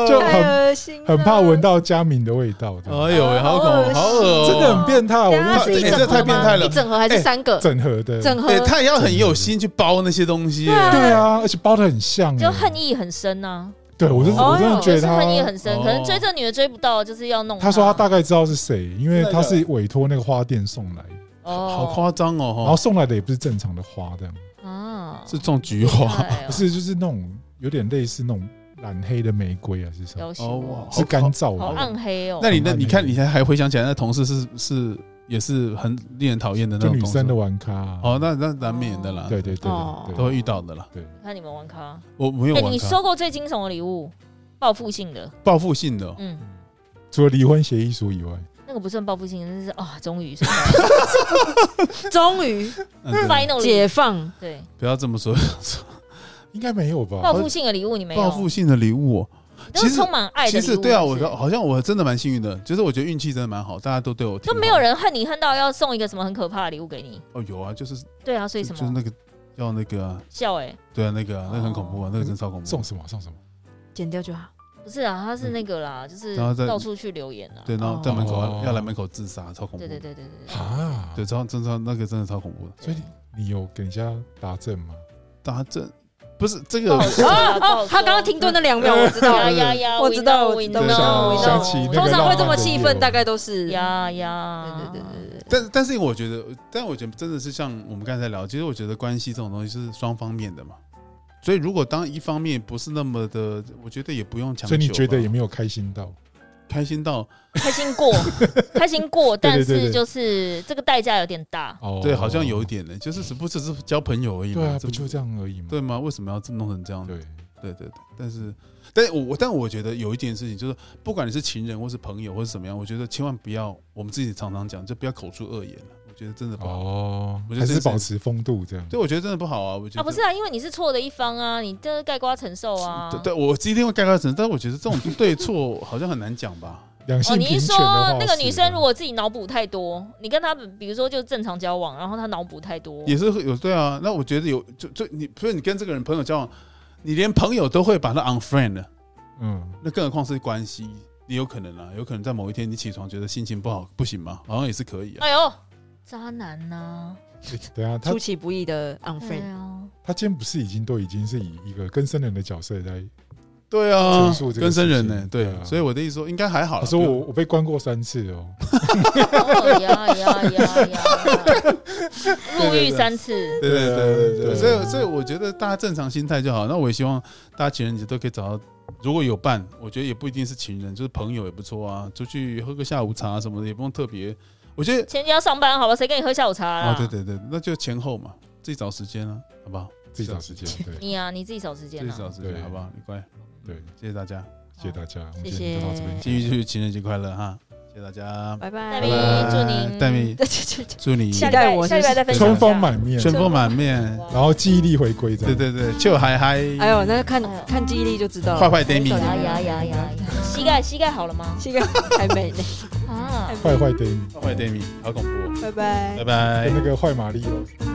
就
(laughs) 太恶心了，
很怕闻到佳敏的味道，这样
哎呦喂，好恐怖，好恶哦，
真的很变态。我
等一
就是
哎
下一整盒
这太变
吗
态了
一整盒还是
哎
三个？
整盒的，
整盒
对，他也要很有心去包那些东西耶。
对啊，而且包的很像，
就恨
哎
意很深呐、
对我就是
哦
我真的
啊，
觉
就
得
是
他
恨，意很啊深，
哦
可能追这女的追不到，就是要弄
他说他大概知道是谁，因为
真的
他是委托那个花店送来，
哦，
好夸张哦！
然后送来的也不是正常的花，这样
啊，啊，
是种菊花，
对哦
不
(laughs)
是就是那种有点类似那种染黑的玫瑰啊，是什么？
要死
哦
我
哇，
是干燥
好
的，
暗黑哦。
那你那
很烂
你看，
的
你还还回想起来，那同事是是也是很令人讨厌的那
就
种
女
同事
生的。玩咖啊。
哦，那那难免的啦，
对对对
哦
对
都
对
会遇到的啦。
你看你们玩咖，
我没有
哎、
玩
你
咖
收过最惊悚的礼物，报复性的，
报复性的哦，
嗯，
除了离婚协议书以外，
那个不算报复性的，那是啊，终于
终于
嗯 (laughs) 对
finally
解放，
对
不要这么
(laughs)
说。 (laughs)
应该没有吧
报？复性的礼物你没有，
报复性的礼物哦，
都
其
是
实
充满爱的
其
礼物。
实对啊，
是
我
不是
好像我真的蛮幸运的，就是我觉得运气真的蛮好，大家都对我挺
都
好
没有人恨你恨到要送一个什么很可怕的礼物给你。
哦，有啊，就是
对啊，所以什
就是
么
那个要那个啊，
笑哎、
对啊，那个啊，那个很恐怖啊，那个
嗯
真超恐怖
送。什么送什么？
剪掉就好。
不是啊，他是那个啦，就
嗯
是
然后再
到处去留言啊。
对，然后在门口
哦
要来门口自杀，超恐怖
对。对对对对
啊，
对，超真超那个真的超恐怖的。
所以你有给人家打正吗？
大家这不是这
不
个
好说啊不好说
哦他刚刚停顿了两秒，我知道
呀
对
了。
呀呀，
我知道
we
我知
know,
道
we
啊
know, we
对想起那
know
个
(laughs) 通常会这
浪
么
漫的
气
理
愤，
由
大概都是
呀呀，
对对对对对，
但但是我觉得，但我觉得真的是像我们刚才聊，其实我觉得关系这种东西是双方面的嘛。所以如果当一方面不是那么的，我觉得也不用强求吧。
所以你觉得也没有开心到？
开心到
开心过，开心过，
对
但
对对
是
对
就是这个代价有点大。
哦，嗯
对，好像有一点呢，就是只不过只是交朋友而已嘛。
对啊，
这
不就这样而已吗？
对吗？为什么要这么弄成这样？
对，
对对对，但是，但我我但我觉得有一件事情就是，不管你是情人或是朋友或是怎么样，我觉得千万不要，我们自己常常讲，就不要口出恶言了我觉得真的不好。
哦
我，觉
还
得这
是
是
保持风度这样。
对，我觉得真的不好啊！我觉得
啊，不是啊，因为你是错的一方啊，你这盖瓜承受啊。
对，对，我今天会盖盖成，但我觉得这种对错好像很难讲
(laughs)
吧。
两
哦，
性
你
平
一
权
说
的话是，啊
那个女生如果自己脑补太多，你跟她比如说就正常交往，然后她脑补太多，
(laughs) 也是会有对啊，那我觉得有就就你，所以你跟这个人朋友交往，你连朋友都会把他 unfriend 了，
嗯，
那更何况是关系？也有可能啊，有可能在某一天你起床觉得心情不好，不行吗？好像也是可以啊。
哎呦，渣男呐、
对啊，他
出其不意的
对
unfriend，
啊，
他今天不是已经都已经是以一个更生人的角色在？
对啊
陈述，这个
跟生人
事
呢、
情
对
对啊
所以我的意思说应该还好啦。
他说
不用
我我被关过三次哦，
哦呀呀呀哎呀，
(laughs)
入狱三次，
对对对对对，
对啊
所以所以我觉得大家正常心态就好。那我也希望大家情人节都可以找到，如果有伴，我觉得也不一定是情人，就是朋友也不错啊。出去喝个下午茶什么的，也不用特别。我觉得
前天要上班，好吧，谁跟你喝下午茶啦？
啊，对，对对，那就前后嘛，自己找时间啊，好不好？
自己找时间。对，
你呀、啊，你自己找时间
自己
啊
找。时间，
对
好不好？你乖， (laughs)
对，
谢谢大家，
谢谢大家，我们
谢
今天就到这边
谢。
继续去情人节快乐哈，谢谢大家，
拜
戴
拜
咪，祝您
戴咪，祝你
下礼
期
拜
待我
下礼拜再分享一
春
下。
风满面，
春风满面，
嗯然后记忆力回归这
对
样。
对对，就嗨嗨，
(laughs) 哎呦，那看
哎呦
看记忆力就知道
坏
(laughs) 了，
坏 d a m
哎
i
呀呀呀呀！膝盖膝盖好了吗？
这个还没呢，
啊
还。
坏
没
坏 d a
坏坏 d a m i 好恐怖哦，
拜拜
拜。拜
那。个坏玛丽哦。